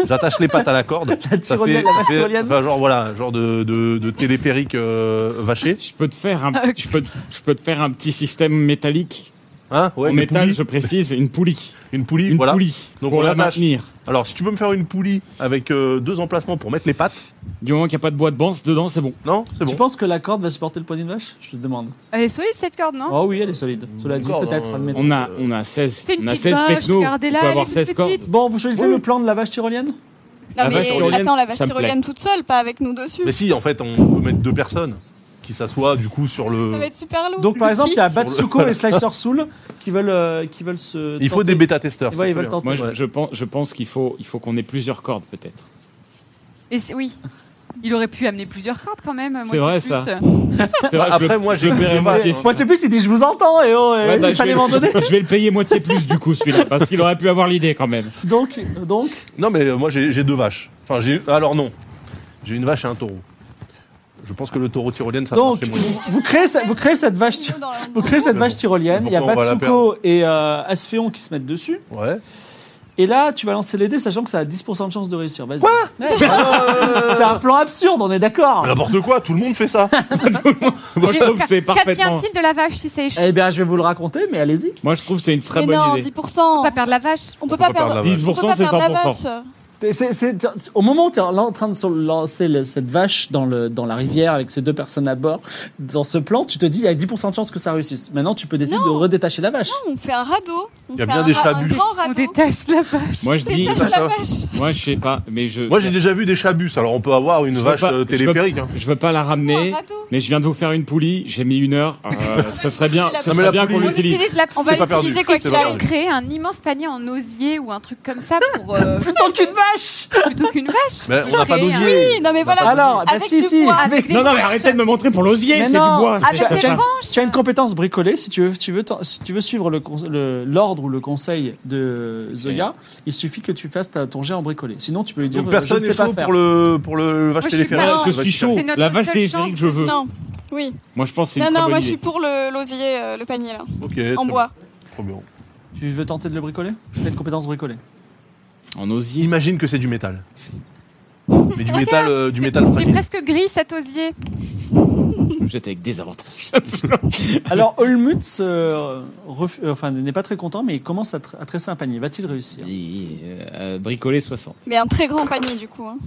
J'attache les pattes à la corde. La tyrolienne, la vache ça fait- tyrolienne. enfin, genre voilà, genre de, de, de téléphérique euh, vaché. Je peux te faire un, je peux, te- je peux te faire un petit système métallique. Hein ouais, en une métal, poulie. je précise, une poulie. Une poulie, Une voilà. poulie. Donc pour on la l'attache. maintenir. Alors si tu peux me faire une poulie avec euh, deux emplacements pour mettre les pattes, Du moment qu'il n'y a pas de bois de banse dedans, c'est bon. non Tu C'est bon. penses que la corde va supporter le poids d'une vache Je te demande. Hein Elle est solide cette corde, non Oh oui, elle est solide. Cela dit, Corde, peut-être, hein. admettons. On a, on a 16, C'est une on a petite 16 vache, technos. On regardez-la, peut elle avoir est 16 toute cordes. petite. Bon, vous choisissez Oui. le plan de la vache tyrolienne Non, La mais vache tyrolienne, attends, la vache ça me plaît. tyrolienne toute seule, pas avec nous dessus. Mais si, en fait, on peut mettre deux personnes qui s'assoient du coup sur Ça va le. être super lourd. Donc, par exemple, il y a Batsuko Sur le- et Slicer Soul qui veulent, euh, qui veulent se. Il faut tenter. des bêta testeurs. Ouais, ils veulent tenter. Moi, je, je pense, je pense qu'il faut, il faut qu'on ait plusieurs cordes, peut-être. Et c'est- oui. Il aurait pu amener plusieurs cartes quand même. moi, C'est vrai, plus. ça. Moi, C'est vrai, Après, je le- moi, je j'ai le paierai une vache. moitié. Moi, tu sais plus, il dit Je vous entends et oh, et Ouais, bah, il je vais- fallait m'en donner. Je vais le payer moitié plus du coup celui-là parce qu'il aurait pu avoir l'idée quand même. donc, donc, Non, mais euh, moi j'ai j'ai deux vaches. Enfin, j'ai. Alors non. J'ai une vache et un taureau. Je pense que le taureau tyrolienne, ça donc marche moins. vous, vous créez, ce- vous créez cette vache. ty- Nous, dans la- Vous créez cette vache tyrolienne, il y a Pourquoi on va la Batsuko et euh, Asphéon qui se mettent dessus. Ouais. Et là, tu vas lancer les dés, sachant que ça a 10% de chance de réussir. Vas-y. Ouais. C'est un plan absurde, on est d'accord. N'importe quoi, tout le monde fait ça. Moi je trouve que c'est parfaitement. Qu'advient-il de la vache si ça échoue Eh bien, je vais vous le raconter, mais allez-y. Moi je trouve que c'est une très Mais bonne non, idée. 10%. On va perdre la vache. On peut pas perdre. la vache. on peut pas 10%, c'est perdre la 100%. vache. T'es- c'est- c'est- t'es- au moment où tu es en train de sur- lancer le- cette vache dans, le, dans la rivière avec ces deux personnes à bord, dans ce plan, tu te dis il y a 10% de chance que ça réussisse. Maintenant, tu peux décider de redétacher la vache. On fait un radeau. On Il y a fait bien un des ra- chabus. Un grand On radeau. détache la vache. Moi je dis, Détache la vache. moi je sais pas, mais je. Moi j'ai déjà vu des chabus, alors on peut avoir une je veux vache pas- euh, je veux- téléphérique. hein. Je veux pas la ramener, Un radeau. mais je viens de vous faire une poulie. J'ai mis une heure. Euh, ce serait bien, La ce poulie. serait bien qu'on On l'utilise. utilise la. On va C'est pas perdu, l'utiliser quoi c'est qu'il pas arrive. perdu. Créer un immense panier en osier ou un truc comme ça pour euh, Plutôt qu'une vache plutôt qu'une vache. Ben, Mais on n'a pas Créer un- d'osier. Oui, non, mais voilà. Alors, bah Avec si, du si. bois. mais- Non, non, mais arrêtez de me montrer pour l'osier, Mais c'est du non, bois. avec c'est- des Ah, tu, as, branches. tu as une compétence bricolée. Si tu veux, tu veux, t'en- si tu veux suivre le con- le- l'ordre ou le conseil de Zoya, il suffit que tu fasses ta- ton jet en bricolé. Sinon, tu peux lui dire euh, Donc je ne personne sais n'est pas chaud faire. pour le, pour le vache Moi, je suis téléphérique. pas- Je suis chaud. C'est notre La vache seule téléphérique, chance. je veux. Non. Oui. Moi, je pense que c'est Non, une non, très moi bonne je suis idée. pour le l'osier, euh, le panier là. Ok, en bois. Trop bien. Tu veux tenter de le bricoler T'as une compétence bricolée. En osier. Imagine que c'est du métal. Mais du métal, euh, du métal Il est fragile. presque gris cet osier. J'étais avec des avantages. Alors Olmutz euh, ref- euh, enfin, n'est pas très content, mais il commence à, tr- à tresser un panier. Va-t-il réussir euh, bricoler 60. Mais un très grand panier du coup. hein.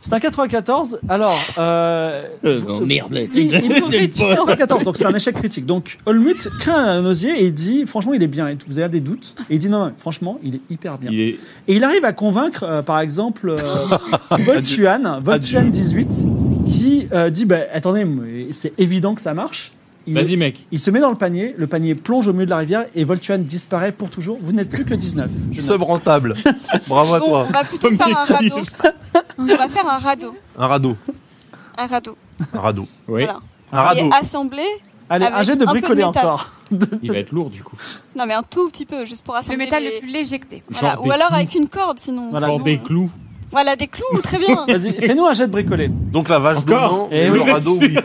C'est un 94. Alors, euh, Euh, non, merde, là, il- c'est- il- c'est le pauvre. 94, donc c'est un échec critique. Donc Olmut crée un osier et il dit, franchement, il est bien. Et vous avez des doutes Et il dit non, non, franchement, il est hyper bien. Il est- Et il arrive à convaincre, euh, par exemple, euh, Voltuan, Voltuan 18, qui euh, dit, bah, attendez, mais c'est évident que ça marche. Il- Vas-y, mec. Il se met dans le panier, le panier plonge au milieu de la rivière et Voltuan disparaît pour toujours. Vous n'êtes plus que 19. je Sub rentable. Bravo à Bon, toi. on va plutôt faire un radeau. on va faire un radeau. Un radeau. Un radeau. Un radeau. Oui. Voilà. Un radeau. Et assemblé. Allez, avec un jet de peu bricoler métal. encore. Il va être lourd du coup. Non, mais un tout petit peu, juste pour assembler. Le métal les- le plus léjeté. Voilà. Genre Ou des alors clous. avec une corde, sinon. Genre sinon, des euh, clous. Voilà, des clous, très bien. Vas-y, fais-nous un jet de bricoler. Donc la vache de Encore et Eh le oui. Vous êtes radeau, sûr oui.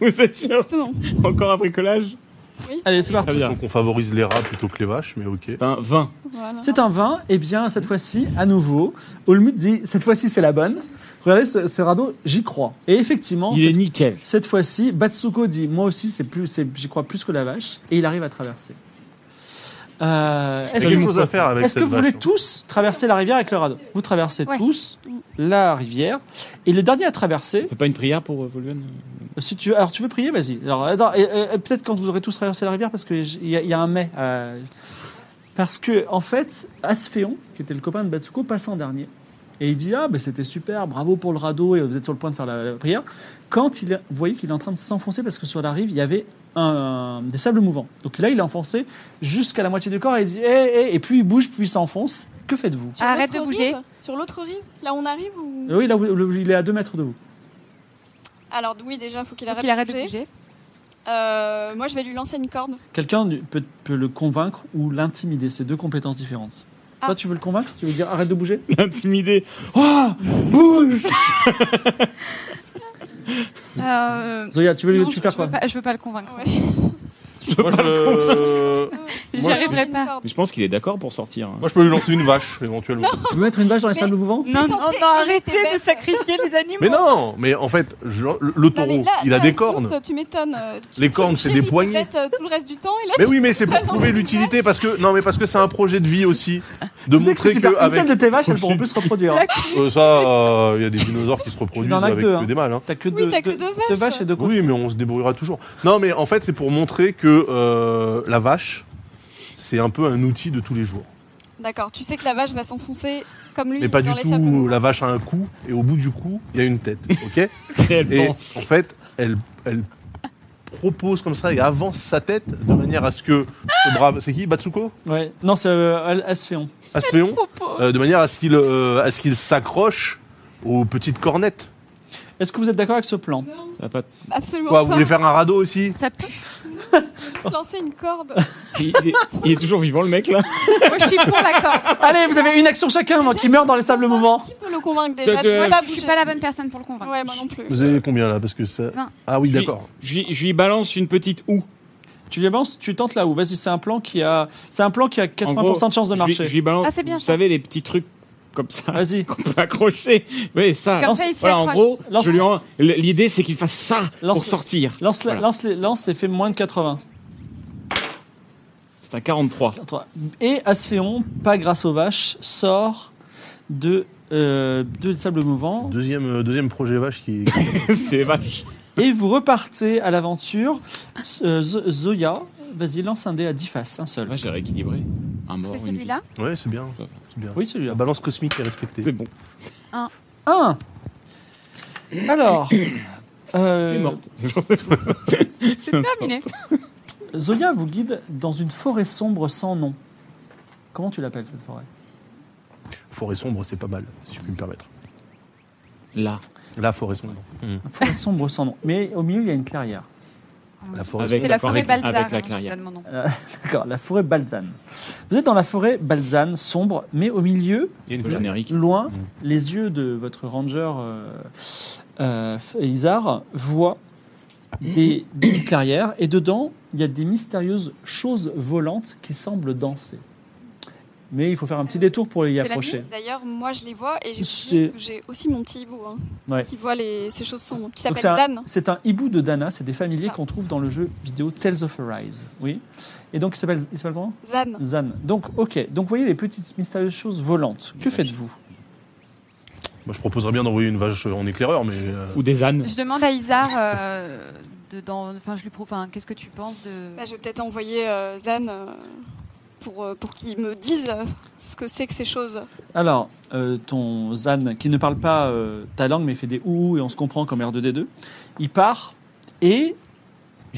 Vous êtes sûr Exactement. Encore un bricolage Allez, c'est Très parti. bien. Donc on favorise les rats plutôt que les vaches, mais ok. C'est un 20. Voilà. C'est un vin, et bien cette fois-ci, à nouveau, Olmut dit cette fois-ci c'est la bonne. Regardez ce, ce radeau, j'y crois. Et effectivement, Il est cette, nickel. cette fois-ci, Batsuko dit moi aussi c'est plus, c'est- j'y crois plus que la vache, et il arrive à traverser. Euh, Il y Est-ce a que, quelque chose à faire avec est-ce cette que vous voulez vache. hein. tous traverser la rivière avec le radeau Vous traversez Ouais. tous la rivière, et le dernier à traverser. Fais pas une prière pour euh, Volven Si tu, alors tu veux prier, vas-y. Alors attends, et- et- et peut-être quand vous aurez tous traversé la rivière, parce qu'il y, a- il y a un mais. euh, parce que en fait, Asphéon, qui était le copain de Batsuko, passe en dernier. Et il dit ah ben c'était super, bravo pour le radeau et vous êtes sur le point de faire la, la prière. Quand il vous voyez qu'il est en train de s'enfoncer parce que sur la rive il y avait un, des sables mouvants. Donc là il est enfoncé jusqu'à la moitié du corps et il dit hé hé et puis il bouge puis il s'enfonce. Que faites-vous Sur Arrête l'autre de bouger. rive Sur l'autre rive Là, on arrive ou. Oui là vous- il est à deux mètres de vous. Alors, oui, déjà, faut qu'il Faut arrête, qu'il arrête de bouger. Euh, moi, je vais lui lancer une corde. Quelqu'un peut, peut le convaincre ou l'intimider. C'est deux compétences différentes. Ah. Toi, tu veux le convaincre Tu veux dire arrête de bouger Intimidé. Oh Bouge Euh, Zoya, tu veux lui non, tu je- faire je quoi veux pas- Je veux pas le convaincre. Ouais. Moi je... J'y Moi, je- arriverai Une pas. corde. Mais je pense qu'il est d'accord pour sortir. hein. Moi je peux lui lancer une vache éventuellement. Tu veux mettre une vache dans les sables mouvants Non, non, censé non, arrêter arrêtez de bête. sacrifier les animaux. Mais non, mais en fait, je- le le Non, mais taureau, là- il a là, des écoute, cornes. Tu m'étonnes. euh, tu- Les cornes, tu c'est sais, des il peut poignées. être, euh, tout le reste du temps. Et là, Mais tu- oui, mais c'est pour Alors, prouver une l'utilité parce que non, mais parce que c'est un projet de vie aussi de Tu sais que si montrer tu que perds une seule de avec tes vaches, elles pourront plus se reproduire. Euh, ça, euh, il y a des dinosaures qui se reproduisent n'en as que avec deux, hein. que des mâles. hein. T'as que Oui, deux t'as que deux- deux deux vaches. vaches et deux cochons. Oui, mais on se débrouillera toujours. Non, mais en fait, c'est pour montrer que euh, la vache, c'est un peu un outil de tous les jours. D'accord, tu sais que la vache va s'enfoncer comme lui Mais pas dans du les sables tout. mouvants. La vache a un cou et au bout du cou, il y a une tête. Ok. Et elle Et en pense. fait, elle, elle propose comme ça et avance sa tête de manière à ce que ce brave, c'est qui, Batsuko, Ouais. Non, c'est euh, Al- Asphéon. Aspéon, Oh, Propos. Euh, de manière à ce qu'il euh, à ce qu'il s'accroche aux petites cornettes. Est-ce que vous êtes d'accord avec ce plan Ça va pas... Absolument Quoi, vous pas. voulez faire un radeau aussi Ça pue. se lancer une corde. il, est, il est toujours vivant le mec là Moi, je suis pour la corde. Allez, vous avez une action chacun, moi, qui meurt dans les sables mouvants. Qui peut le convaincre Je- déjà je- de je pas Je suis bouger pas la bonne personne pour le convaincre. Ouais, moi non plus. Vous avez combien là Parce que ça. Vingt. Ah oui, Je lui- d'accord. Je lui- je lui balance une petite houe. Tu les lances, tu tentes là où Vas-y, c'est un plan qui a, c'est un plan qui a En 80% gros, de chance de je lui- marcher. Je lui balance, Ah, c'est bien vous ça. savez, les petits trucs comme ça, Vas-y. qu'on peut accrocher. Oui, ça. Comme ça, il s'y voilà, en accroche. gros, Lance- je lui en- l'idée, c'est qu'il fasse ça Lance- pour sortir. Lance, la- Voilà. lance, les- lance, et fait moins de 80. C'est un 43. Et Asphéon, pas grâce aux vaches, sort de, euh, de sables mouvants. Deuxième, euh, deuxième projet vache qui. c'est vache. Et vous repartez à l'aventure. Euh, Z- Zoya, vas-y, lance un dé à 10 faces, un seul. Vache, j'ai rééquilibré. Un mort. C'est une vie. celui-là. ouais, c'est bien. Ça va. c'est bien. Oui, celui-là. La balance cosmique est respectée. C'est bon. 1 Alors, euh, Elle est morte. C'est terminé. Zoya vous guide dans une forêt sombre sans nom. Comment tu l'appelles cette forêt Forêt sombre, c'est pas mal, si je puis me permettre. Là. La forêt sombre. Forêt sombre sans nom. Mais au milieu, il y a une clairière. La forêt Avec- C'est la forêt Avec la Balzar. hein, qui clairière. donne mon nom. D'accord, la forêt Balzane. Vous êtes dans la forêt Balzane, sombre, mais au milieu, Il y a une générique. loin, les yeux de votre ranger euh, euh, Isar voit des, des clairières et dedans, il y a des mystérieuses choses volantes qui semblent danser. Mais il faut faire un petit détour pour y C'est la nuit. approcher. D'ailleurs, moi je les vois et j'ai C'est- oublié que j'ai aussi mon petit hibou hein, Ouais. qui voit les, ces choses sombres, qui Donc, s'appelle C'est un, Dan. c'est un hibou de Dana, c'est des familiers qu'on trouve dans le jeu vidéo Tales of Arise. Oui. Et donc, il s'appelle il s'appelle comment Zan. Zan. Donc, ok. Donc, vous voyez les petites mystérieuses choses volantes. Que faites-vous Moi, je proposerais bien d'envoyer une vache en éclaireur, mais. euh, Ou des ânes. Je demande à Isar, euh, de, dans, enfin, je lui propose, enfin, qu'est-ce que tu penses de. Bah, je vais peut-être envoyer euh, Zan euh, pour, euh, pour qu'il me dise euh, ce que c'est que ces choses. Alors, euh, ton Zan, qui ne parle pas euh, ta langue, mais fait des ouh et on se comprend comme R2D2, il part et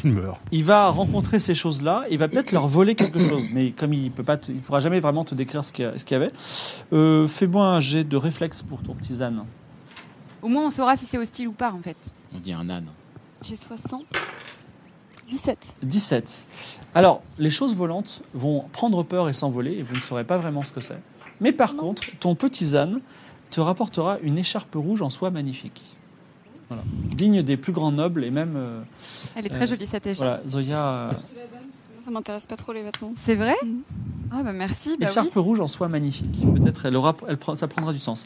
Il meurt. il va rencontrer ces choses-là et il va peut-être leur voler quelque chose. Mais comme il peut pas, te- il pourra jamais vraiment te décrire ce qu'il y, a- ce qu'il y avait, euh, fais-moi un jet de réflexe pour ton petit Zan. Au moins, on saura si c'est hostile ou pas, en fait. On dit un âne. J'ai 60. 17. 17. Alors, les choses volantes vont prendre peur et s'envoler, et vous ne saurez pas vraiment ce que c'est. Mais par contre, ton petit Zan te rapportera une écharpe rouge en soie magnifique. Voilà. Digne des plus grands nobles et même. euh, Elle est très jolie, cette écharpe. Voilà, Zoya. euh, Ça m'intéresse pas trop les vêtements. C'est vrai Mhm. Ah, bah merci. Bah, oui. écharpe rouge en soie magnifique. Peut-être elle aura, elle, prend- ça prendra du sens.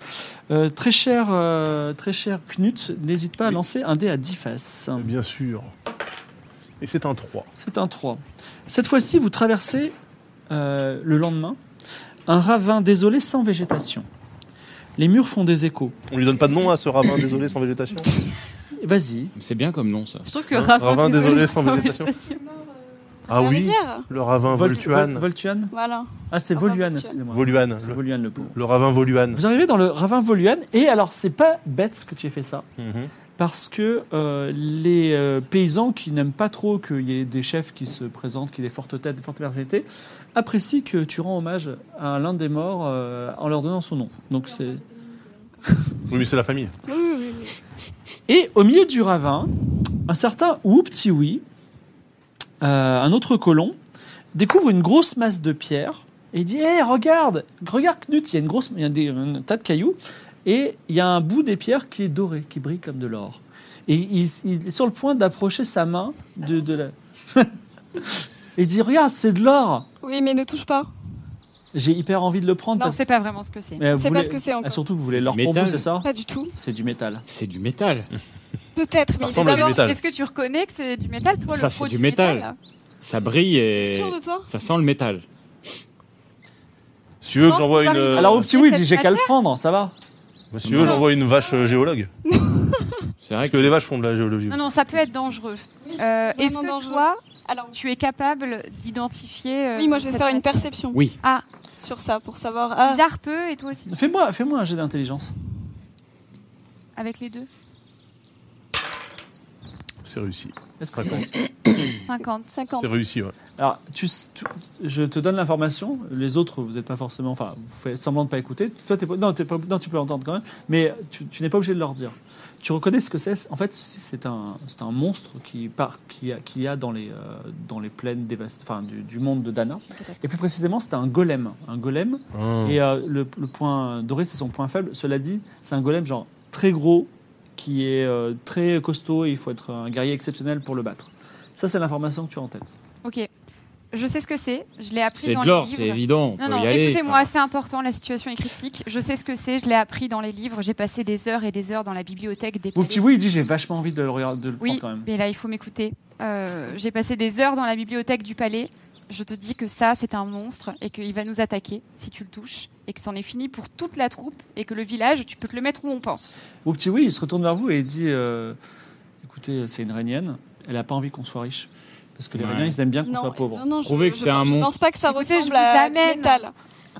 Euh, très cher, euh, très cher Knut, n'hésite pas à lancer un dé à 10 faces. Bien sûr. Et c'est un 3. C'est un 3. Cette fois-ci, vous traversez euh, le lendemain un ravin désolé sans végétation. Les murs font des échos. On lui donne pas de nom à ce ravin désolé sans végétation Vas-y. C'est bien comme nom, ça. Je trouve que Hein, ravin, ravin désolé, sans végétation. végétation. Ah La oui, rivière le ravin Vol- Voltuan. Vol- Voltuan Voilà. Ah, c'est Ravin Voluan, Voltuan. excusez-moi. Voluan. C'est Le, Voluan le pauvre. le ravin Voluan. Vous arrivez dans le ravin Voluan, et alors, c'est pas bête que tu aies fait ça. Mhm. parce que euh, les euh, paysans qui n'aiment pas trop qu'il y ait des chefs qui se présentent, qui aient des fortes têtes, des fortes personnalités, apprécient que tu rends hommage à l'un des morts euh, en leur donnant son nom. Donc c'est Oui, mais c'est la famille. Oui, oui, oui, oui. et au milieu du ravin, un certain Whooptiwi, euh, un autre colon, découvre une grosse masse de pierres et il dit Hé, regarde, regarde Knut, il y a une grosse, il y a des, un tas de cailloux et il y a un bout des pierres qui est doré, qui brille comme de l'or. Et il, il est sur le point d'approcher sa main de, de la. et il dit Regarde, c'est de l'or Oui, mais ne touche pas. J'ai hyper envie de le prendre. Non, c'est pas vraiment ce que c'est. Mais vous C'est pas voulez- ce que c'est Ah, encore. surtout que vous voulez l'or du pour vous, métal. c'est ça Pas du tout. C'est du métal. C'est du métal. Peut-être, mais il faut ressemble à du d'abord. métal. Est-ce que tu reconnais que c'est du métal, toi, Ça, le c'est produit du métal. Ça brille T'es et. sûr de toi Ça sent le métal. Si tu veux Non, que j'envoie c'est une. pas rigolo. Alors, euh, Whooptiwi, il cette dit J'ai qu'à le matière prendre, ça va si tu veux, j'envoie une vache euh, géologue. C'est vrai Parce que. que les vaches font de la géologie. Non, non, ça peut être dangereux. Oui, Euh, c'est Est-ce vraiment que dangereux. toi, Alors, tu es capable d'identifier. euh, oui, moi je vais cette faire une matière perception Oui. Ah, sur ça pour savoir. Ah, Isar peut et toi aussi, Fais-moi fais un jet d'intelligence. avec les deux. C'est réussi. Est-ce que tu D'accord. penses 50. 50. C'est réussi, ouais. Alors, tu, tu- je te donne l'information. Les autres, vous n'êtes pas forcément. Enfin, vous faites semblant de pas écouter. Toi, t'es pas- non, t'es pas- non, tu peux entendre quand même, mais tu, tu n'es pas obligé de leur dire. Tu reconnais ce que c'est. En fait, c'est un, c'est un monstre qui part, qui a, qui a dans les, euh, dans les plaines dévast- enfin, du, du monde de Dana. Et plus précisément, c'est un golem. Un golem. Et euh, le, le point doré, c'est son point faible. Cela dit, c'est un golem genre très gros, qui est euh, très costaud. Et il faut être un guerrier exceptionnel pour le battre. Ça, c'est l'information que tu as en tête. Ok. Je sais ce que c'est. Je l'ai appris C'est dans de l'or, les c'est livres. évident. On Non, peut non, y aller. écoutez-moi, Enfin, c'est important, la situation est critique. Je sais ce que c'est, je l'ai appris dans les livres, j'ai passé des heures et des heures dans la bibliothèque des Mon petit oui, il dit j'ai vachement envie de le, regarder, de le Oui, prendre quand même. mais là, il faut m'écouter. Euh, j'ai passé des heures dans la bibliothèque du palais. Je te dis que ça, c'est un monstre et qu'il va nous attaquer si tu le touches et que c'en est fini pour toute la troupe et que le village, tu peux te le mettre où on pense. Mon petit oui, il se retourne vers vous et il dit euh, écoutez, euh, c'est une rénienne, elle n'a pas envie qu'on soit riche. Parce que les Ouais. réniens, ils aiment bien qu'on Non, soit pauvre. non, non, je, Trouvez que je- c'est un je monstre. pense pas que ça Écoutez, je ressemble vous à du amène. métal.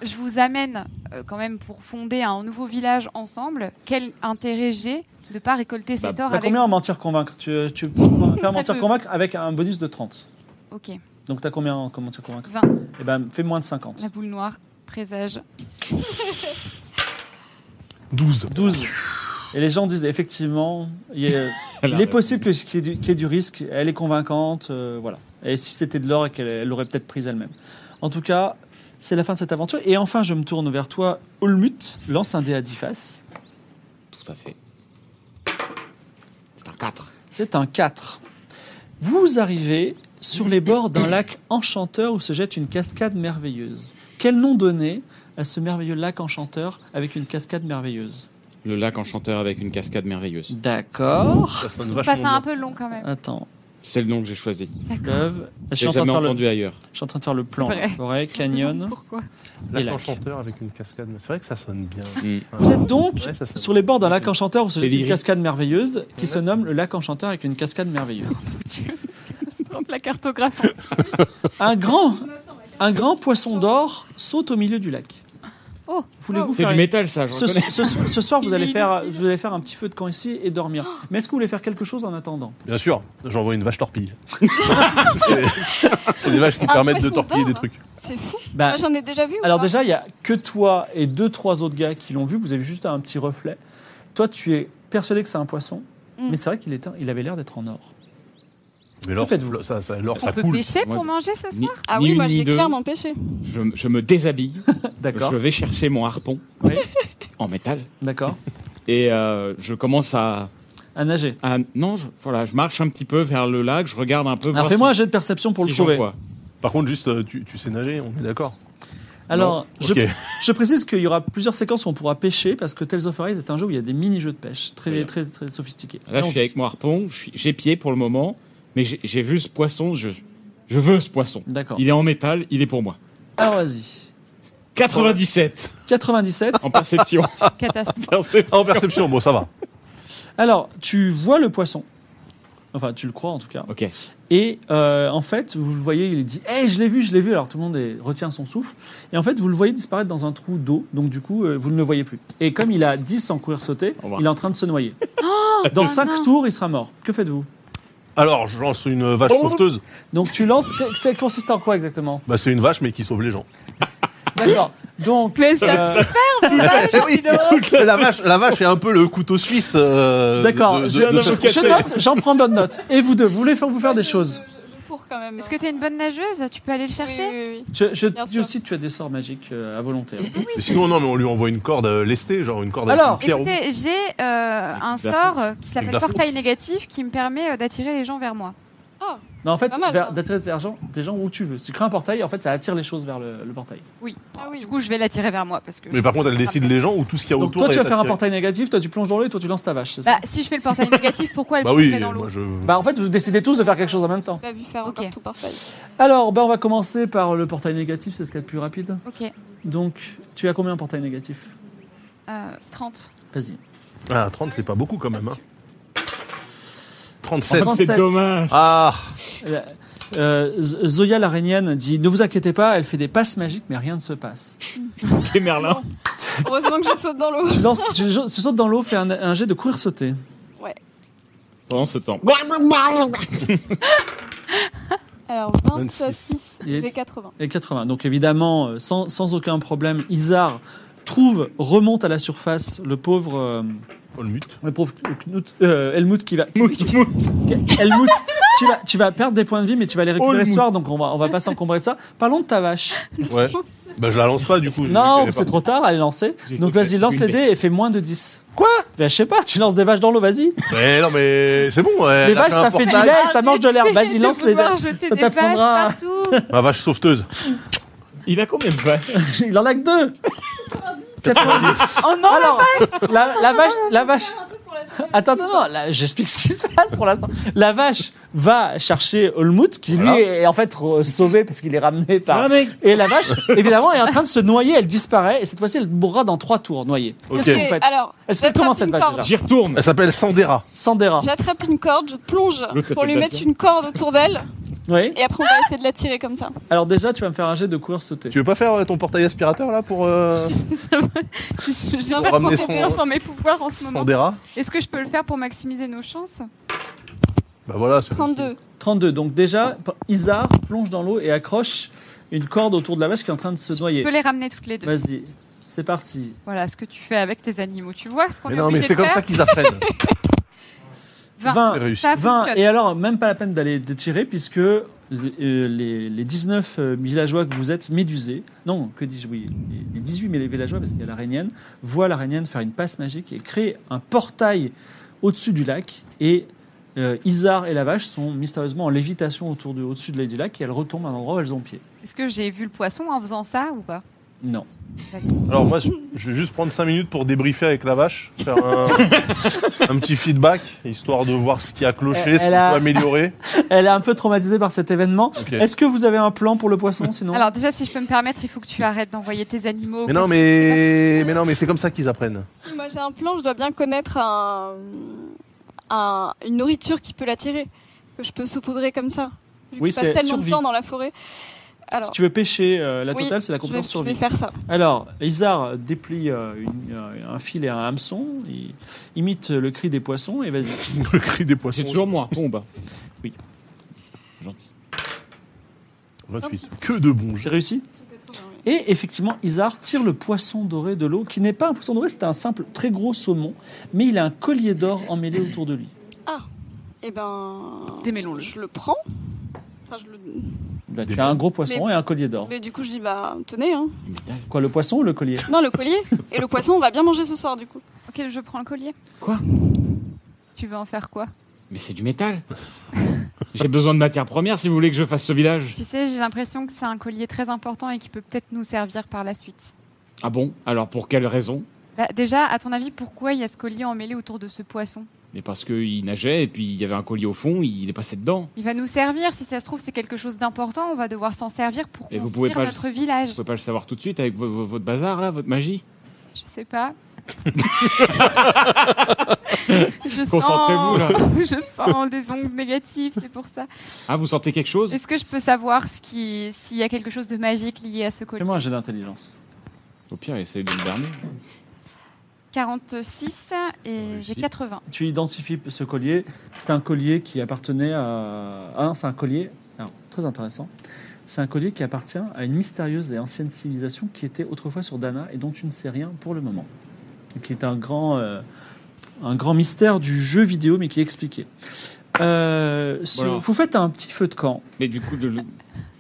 Je vous amène euh, quand même pour fonder un nouveau village ensemble. Quel intérêt j'ai de pas récolter Bah, cet or T'as avec combien en mentir convaincre Tu, euh, tu peux faire mentir peut. convaincre avec un bonus de 30. Ok, Donc t'as combien en mentir convaincre 20. Eh ben, fais moins de 50. La boule noire, présage. 12. 12. Et les gens disent effectivement, il est, il est possible que- qu'il y, ait du- qu'il y ait du risque, elle est convaincante, euh, voilà. Et si c'était de l'or et qu'elle elle l'aurait peut-être prise elle-même. En tout cas, c'est la fin de cette aventure. Et enfin, je me tourne vers toi, Olmut, lance un dé à 10 faces. Tout à fait. C'est un 4. C'est un 4. Vous arrivez sur les bords d'un lac enchanteur où se jette une cascade merveilleuse. Quel nom donner à ce merveilleux lac enchanteur avec une cascade merveilleuse Le lac enchanteur avec une cascade merveilleuse. D'accord. Ça sonne Bah, vachement c'est bien. un peu long quand même. Attends. C'est le nom que j'ai choisi. Love. Je suis J'ai en train de jamais faire le- entendu ailleurs. Ah, Je suis en train de faire le plan. Vrai. là. Forêt, canyon. Pourquoi Et Lac lac. enchanteur avec une cascade. C'est vrai que ça sonne bien. Hmm. Vous êtes donc Ouais, ça sonne. sur les bords d'un lac enchanteur où se Et jette une lyrique. cascade merveilleuse qui se nomme le lac enchanteur avec une cascade merveilleuse. Trompe la cartographe. Un grand, un grand poisson d'or saute au milieu du lac. Oh, Voulez-vous C'est faire du une- métal, ça, je Ce, reconnais. ce- ce- ce soir, vous Il allez, est faire, vous allez faire un petit feu de camp ici et dormir. Mais est-ce que vous voulez faire quelque chose en attendant Bien sûr, j'envoie une vache torpille. C'est- c'est des vaches qui Un permettent de poisson torpiller d'or. des trucs. C'est fou. Bah, Moi, Ah, j'en ai déjà vu. ou Alors pas déjà, il y a que toi et deux, trois autres gars qui l'ont vu. Vous avez juste un petit reflet. Toi, tu es persuadé que c'est un poisson, Mm. mais c'est vrai qu'il était- il avait l'air d'être en or. Mais l'or, ça, ça, l'or, On ça peut coule. pêcher pour Moi, manger ce ni- soir Ah ni oui, une, moi je ni vais deux. clairement pêcher. Je, je me déshabille. D'accord. Je vais chercher mon harpon Oui. en métal. D'accord. Et euh, je commence à. À nager. à- non, je, voilà, je marche un petit peu vers le lac, je regarde un peu. Alors voir fais-moi un si- jet de perception pour si le j'en trouver. vois. Par contre, juste, euh, tu, tu sais nager, on est d'accord. Alors, Non. je, Ok. je précise qu'il y aura plusieurs séquences où on pourra pêcher parce que Tales of Arise est un jeu où il y a des mini-jeux de pêche très, très, très, sophistiqués. Là, je Allons-y. suis avec mon harpon, je suis- j'ai pied pour le moment, mais j'ai- j'ai vu ce poisson, je, je veux ce poisson. D'accord. Il est en métal, il est pour moi. Alors vas-y. 97 97. en perception. Catastrophe. Perception. En perception, bon, ça va. Alors, tu vois le poisson. Enfin, tu le crois en tout cas. Ok. Et euh, en fait, vous le voyez, il dit Hé, je l'ai vu, je l'ai vu. Alors tout le monde est- retient son souffle. Et en fait, vous le voyez disparaître dans un trou d'eau. Donc du coup, euh, vous ne le voyez plus. Et comme il a 10 en courir sauter, revoir. il est en train de se noyer. dans 5 tours, il sera mort. Que faites-vous Alors, je lance une vache sauveteuse. Donc tu lances. Ça consiste en quoi exactement Bah, c'est une vache, mais qui sauve les gens. D'accord. Donc. Mais ça euh, la, vache, la vache est un peu le couteau suisse. euh, D'accord, de- de- je, de je- cette- je note, j'en prends bonne note. Et vous deux, vous voulez faire, vous faire des choses Pour quand même. Est-ce que t'es une bonne nageuse Tu peux aller le Oui, chercher oui, oui, oui. Je, je Bien dis sûr. aussi que tu as des sorts magiques euh, à volonté. Mais Sinon, non, mais on lui envoie une corde euh, lestée, genre une corde Alors, avec une pierre. au bout. Écoutez, j'ai euh, un de la sort euh, qui Avec s'appelle de la portail négatif qui me permet euh, d'attirer les gens vers moi. Non, en fait, Pas mal, vers- ça. d'attirer vers gens- des gens où tu veux. Si tu crées un portail, en fait, ça attire les choses vers le, le portail. Oui. Ah oui. Du coup, je vais l'attirer vers moi parce que. Mais par contre, elle décide les gens ou tout ce qu'il y a Donc autour. toi, tu elle vas faire un est attirée. portail négatif, toi, tu plonges dans l'eau et toi, tu lances ta vache. c'est ça Bah, si je fais le portail négatif, pourquoi elle Bah plongerait oui, dans l'eau moi je. bah en fait vous décidez tous de faire quelque chose en même temps. On va lui faire Ok. encore tout parfait. Alors bah on va commencer par le portail négatif, c'est ce qu'il y a de plus rapide. Ok. Donc tu as combien en portail négatif Euh, 30. Vas-y. Ah, 30, c'est pas beaucoup quand même. Hein. 37. Enfin, C'est 37. dommage. Ah La- euh, Z- Zoya l'araignane dit ne vous inquiétez pas, elle fait des passes magiques mais rien ne se passe. Ok, Merlin. Heureusement que je saute dans l'eau. Tu lances, tu, tu sautes dans l'eau, fais un, un jet de courir sauter. Pendant ce temps. Alors 26, Et- j'ai 80. Et 80. Donc évidemment, euh, sans, sans aucun problème, Isar trouve, remonte à la surface le pauvre, euh, Oh, le mute. le pauvre Knut- euh, Helmut qui va. Mout, mout. Helmut, tu vas, tu vas perdre des points de vie, mais tu vas les récupérer ce Helmut. soir, donc on va, on va pas s'encombrer de ça. Parlons de ta vache. Ouais. Bah, je la lance pas du coup. je- je Non, l'ai c'est pas. trop tard, elle est lancée. J'ai Donc cru que vas-y, lance c'était les une dés et fais moins de 10. Quoi Ben, je sais pas, tu lances des vaches dans l'eau, vas-y. Mais non, mais c'est bon. Les Elle a vaches, un ça fait du portail. lait, Eh, ça mange de l'herbe. Vas-y, lance les dés. Ah, pouvoir jeter Ça des vaches t'apprendra. partout. Ma vache sauveteuse. Il a combien de vaches Il en a que deux. 90. Oh non Alors, la, la vache, la vache, Un truc pour la sauver. Attends, attends, attends, là, j'explique ce qui se passe pour l'instant. La vache va chercher Olmut, qui Voilà. lui est en fait re- sauvé parce qu'il est ramené par. Ah, mec. Et la vache, évidemment, est en train de se noyer, elle disparaît, et cette fois-ci, elle mourra dans trois tours, noyée. Ok. Ok, en fait. Alors, Elle s'appelle comment cette j'attrape une vache corde. déjà J'y retourne. Elle s'appelle Sandera. Sandera. J'attrape une corde, je plonge L'autre pour lui s'appelle mettre Bastien. une corde autour d'elle Oui. et après on va essayer de la tirer comme ça. Alors déjà, tu vas me faire un jet de coureur sauté. Tu veux pas faire euh, ton portail aspirateur là pour euh, Je viens pas Pour ramener de son- confiance en mes pouvoirs en ce moment. Sandera Est-ce que je peux le faire pour maximiser nos chances Bah voilà. c'est- 32. 32. Donc déjà, P- Isar plonge dans l'eau et accroche une corde autour de la vache qui est en train de se Je noyer. peux les ramener toutes les deux. Vas-y, c'est parti. Voilà ce que tu fais avec tes animaux. Tu vois ce qu'on Mais est non, mais obligé c'est de comme ça faire qu'ils apprennent. 20. C'est réussi. Ça 20, fonctionne. et alors même pas la peine d'aller tirer puisque les, euh, les- les 19 euh, villageois que vous êtes médusés, non, que dis-je, oui, les- les 18 mais les villageois parce qu'il y a l'araignane, voient l'araignane faire une passe magique et créer un portail au-dessus du lac et euh, Isar et la vache sont mystérieusement en lévitation autour de, au-dessus de la- du lac et elles retombent à un endroit où elles ont pied. Est-ce que j'ai vu le poisson en faisant ça ou pas Non. Alors moi, je je vais juste prendre 5 minutes pour débriefer avec la vache, faire un, un petit feedback, histoire de voir ce qui a cloché, Elle- ce qu'on elle peut a- améliorer. Elle est un peu traumatisée par cet événement. Est-ce que vous avez un plan pour le poisson sinon Alors déjà, si je peux me permettre, il faut que tu arrêtes d'envoyer tes animaux. Mais non, mais, mais, non, mais c'est comme ça qu'ils apprennent. Si moi j'ai un plan, je dois bien connaître un, un- une nourriture qui peut l'attirer, que je peux saupoudrer comme ça. Vu que Oui, je passe c'est tellement survie. de temps dans la forêt. Alors, Si tu veux pêcher euh, la Oui, totale, c'est la je vais- compétence je vais survie. faire ça. Alors, Isar déplie euh, une- euh, un fil et un hameçon, il imite le cri des poissons et vas-y. le cri des poissons. C'est toujours moi. Bombe. Oui. Gentil. 28. Que de bons C'est réussi Et effectivement, Isar tire le poisson doré de l'eau, qui n'est pas un poisson doré, c'est un simple, très gros saumon, mais il a un collier d'or emmêlé autour de lui. ah, et ben. Je le prends. Enfin, je le. Bah, tu as un gros poisson Mais- et un collier d'or. Mais du coup, je dis, bah, tenez, hein. Quoi, le poisson ou le collier Non, le collier. Et le poisson, on va bien manger ce soir, du coup. Ok, je prends le collier. Quoi Tu veux en faire quoi Mais c'est du métal. J'ai besoin de matières premières si vous voulez que je fasse ce village. Tu sais, j'ai l'impression que c'est un collier très important et qui peut peut-être nous servir par la suite. Ah bon Alors pour quelle raison Bah, déjà, à ton avis, pourquoi il y a ce collier emmêlé autour de ce poisson Mais parce qu'il nageait et puis il y avait un collier au fond, il est passé dedans. Il va nous servir, si ça se trouve, c'est quelque chose d'important, on va devoir s'en servir pour Et construire vous pouvez pas notre le... village. Vous pouvez pas le savoir tout de suite avec vo- vo- votre bazar là, votre magie. Je sais pas. Je Concentrez-vous, là. sens... Je sens des ondes négatives, c'est pour ça. Ah, vous sentez quelque chose Est-ce que je peux savoir ce qui- s'il y a quelque chose de magique lié à ce collier Fais-moi un jet d'intelligence. Au pire, essayez de le berner. 46 et j'ai 80. Tu identifies ce collier. C'est un collier qui appartenait à. Ah non, c'est un collier. Alors, très intéressant. C'est un collier qui appartient à une mystérieuse et ancienne civilisation qui était autrefois sur Dana et dont tu ne sais rien pour le moment. Et qui est un grand, euh, un grand mystère du jeu vidéo, mais qui est expliqué. Euh, ce- Voilà. Vous faites un petit feu de camp. Mais du coup, de le...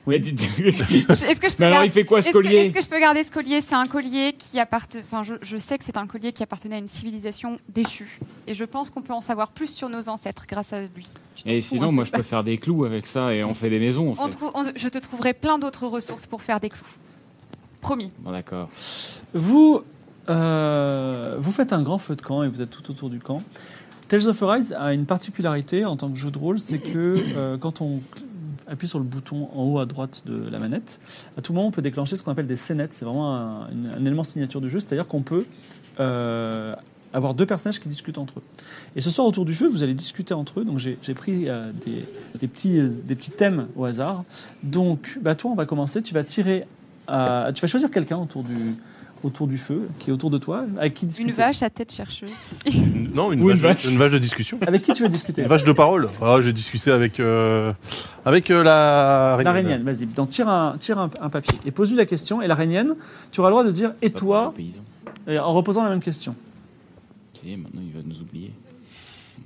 Oui. Est-ce que je peux Mais alors, gar- il fait quoi, ce est-ce que- collier Est-ce que je peux garder ce collier C'est un collier qui appartenait. Enfin, je, je sais que c'est un collier qui appartenait à une civilisation déchue. Et je pense qu'on peut en savoir plus sur nos ancêtres grâce à lui. Et sinon, moi, je peux faire des clous avec ça et on fait des maisons. En On fait. trou- on- je te trouverai plein d'autres ressources pour faire des clous. Promis. Bon, d'accord. Vous, euh, vous faites un grand feu de camp et vous êtes tout autour du camp. Tales of Arise a une particularité en tant que jeu de rôle, c'est que euh, quand on appuie sur le bouton en haut à droite de la manette, à tout moment on peut déclencher ce qu'on appelle des scénettes. C'est vraiment un, une- un élément signature du jeu, c'est-à-dire qu'on peut euh, avoir deux personnages qui discutent entre eux. Et ce soir autour du feu, vous allez discuter entre eux. Donc j'ai j'ai pris euh, des, des petits, des petits thèmes au hasard. Donc bah, toi, on va commencer. Tu vas tirer, à- tu vas choisir quelqu'un autour du autour du feu, qui est autour de toi, avec qui discuter. Une vache à tête chercheuse. Non, une, Ou vache, une De, vache. une vache de discussion. Avec qui tu veux discuter Une vache de parole. Ah, J'ai discuté avec, euh, avec euh, la La reine. régnane, vas-y, donc, tire, un, tire un, un papier et pose-lui la question. Et la régnane, tu auras le droit de dire et toi Et en reposant la même question. Ça y est, maintenant, il va nous oublier. Ah,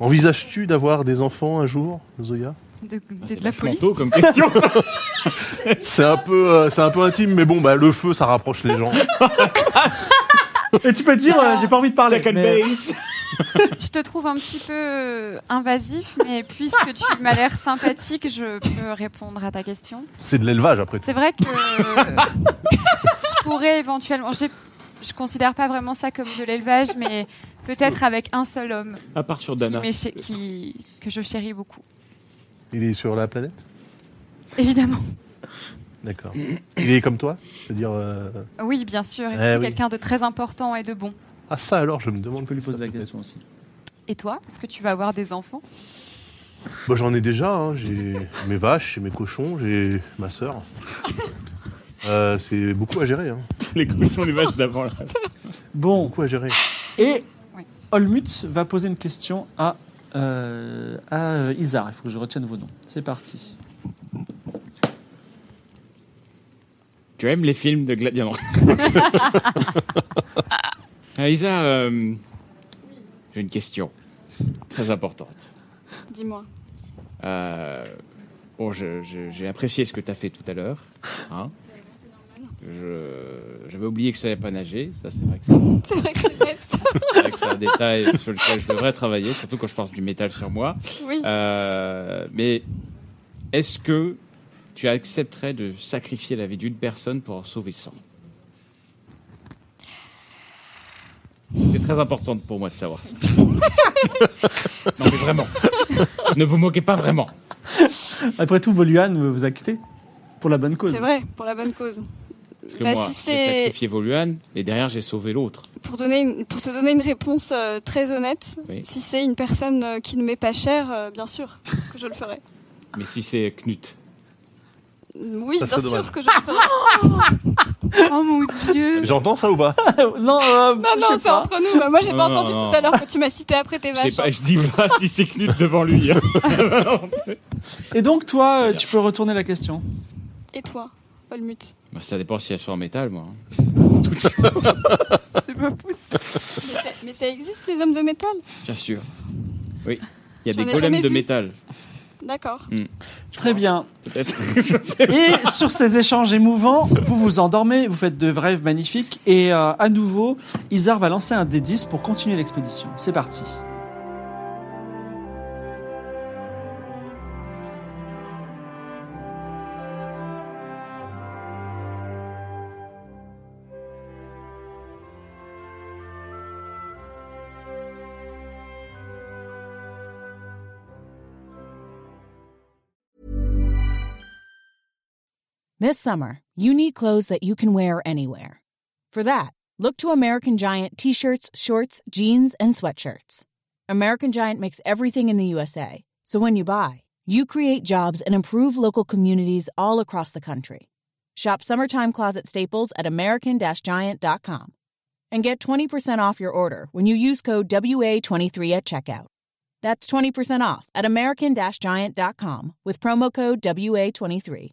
Envisages-tu d'avoir des enfants un jour, Zoya De, de- de la Ah, la vachement police. tôt comme question. C'est un peu, euh, c'est un peu intime, mais bon, bah le feu, ça rapproche les gens. Et tu peux dire, euh, j'ai pas envie de parler. Second mais- base. Je te trouve un petit peu euh, invasif, mais puisque tu m'as l'air sympathique, je peux répondre à ta question. C'est de l'élevage après. tout. C'est vrai que euh, je pourrais éventuellement. j'ai- Je considère pas vraiment ça comme de l'élevage, mais peut-être avec un seul homme À part sur qui Dana. m'est ché- qui- que je chéris beaucoup. Il est sur la planète Évidemment. D'accord. Il est comme toi C'est-à-dire. euh, Oui, bien sûr. et Eh C'est oui. quelqu'un de très important et de bon. Ah, ça alors, je me demande. Tu peux lui poser la question aussi. Et toi Est-ce que tu vas avoir des enfants Bah, J'en ai déjà, hein. j'ai mes vaches, j'ai mes cochons, j'ai ma sœur. Euh, c'est beaucoup à gérer. Hein. Les cochons, les vaches d'avant. là. Bon, Beaucoup à gérer. et Olmut va poser une question à, euh, à euh, Isar. Il faut que je retienne vos noms. C'est parti. Tu aimes les films de Gladiator Ah, Isa, euh, j'ai une question très importante. Dis-moi. Euh, bon, je- je- j'ai apprécié ce que tu as fait tout à l'heure. hein. Je- J'avais oublié que je savais pas nager. Ça, c'est vrai que ça, C'est vrai que c'est bête. c'est vrai que ça, détail sur lequel je devrais travailler, surtout quand je porte du métal sur moi. Oui. Euh, mais est-ce que tu accepterais de sacrifier la vie d'une personne pour en sauver 100 C'est très important pour moi de savoir ça. non mais vraiment, ne vous moquez pas vraiment. Après tout, Voluan vous a quitté pour la bonne cause. C'est vrai, pour la bonne cause. Parce que Bah, moi, si j'ai c'est- sacrifié Voluan et derrière j'ai sauvé l'autre. Pour, donner une- pour te donner une réponse euh, très honnête, Oui. si c'est une personne euh, qui ne m'est pas chère, euh, bien sûr que je le ferai. Mais si c'est Knut, Mm, Oui, Ça bien serait sûr dommage. que je le ferai. oh mon dieu J'entends ça ou pas Non, euh, Non, non, c'est entre nous. Bah, moi, j'ai Non, pas non, entendu non. tout à l'heure quand tu m'as cité après tes Je sais vaches. pas, je dis pas si c'est Knut devant lui. hein. Et donc, toi, euh, tu peux retourner la question. Et toi, Olmut Bah, ça dépend si elle soit en métal, moi. hein. C'est pas possible. mais, ça, mais ça existe, les hommes de métal Bien sûr. Oui. Il y a J'en des ai golems jamais de vu. métal. D'accord. Très bien. Peut-être. Et sur ces échanges émouvants, vous vous endormez, vous faites de rêves magnifiques. Et euh, à nouveau, Isar va lancer un D10 pour continuer l'expédition. C'est parti. This summer, you need clothes that you can wear anywhere. For that, look to American Giant t shirts, shorts, jeans, and sweatshirts. American Giant makes everything in the USA, so when you buy, you create jobs and improve local communities all across the country. Shop summertime closet staples at American Giant.com and get 20% off your order when you use code WA23 at checkout. That's 20% off at American Giant.com with promo code WA23.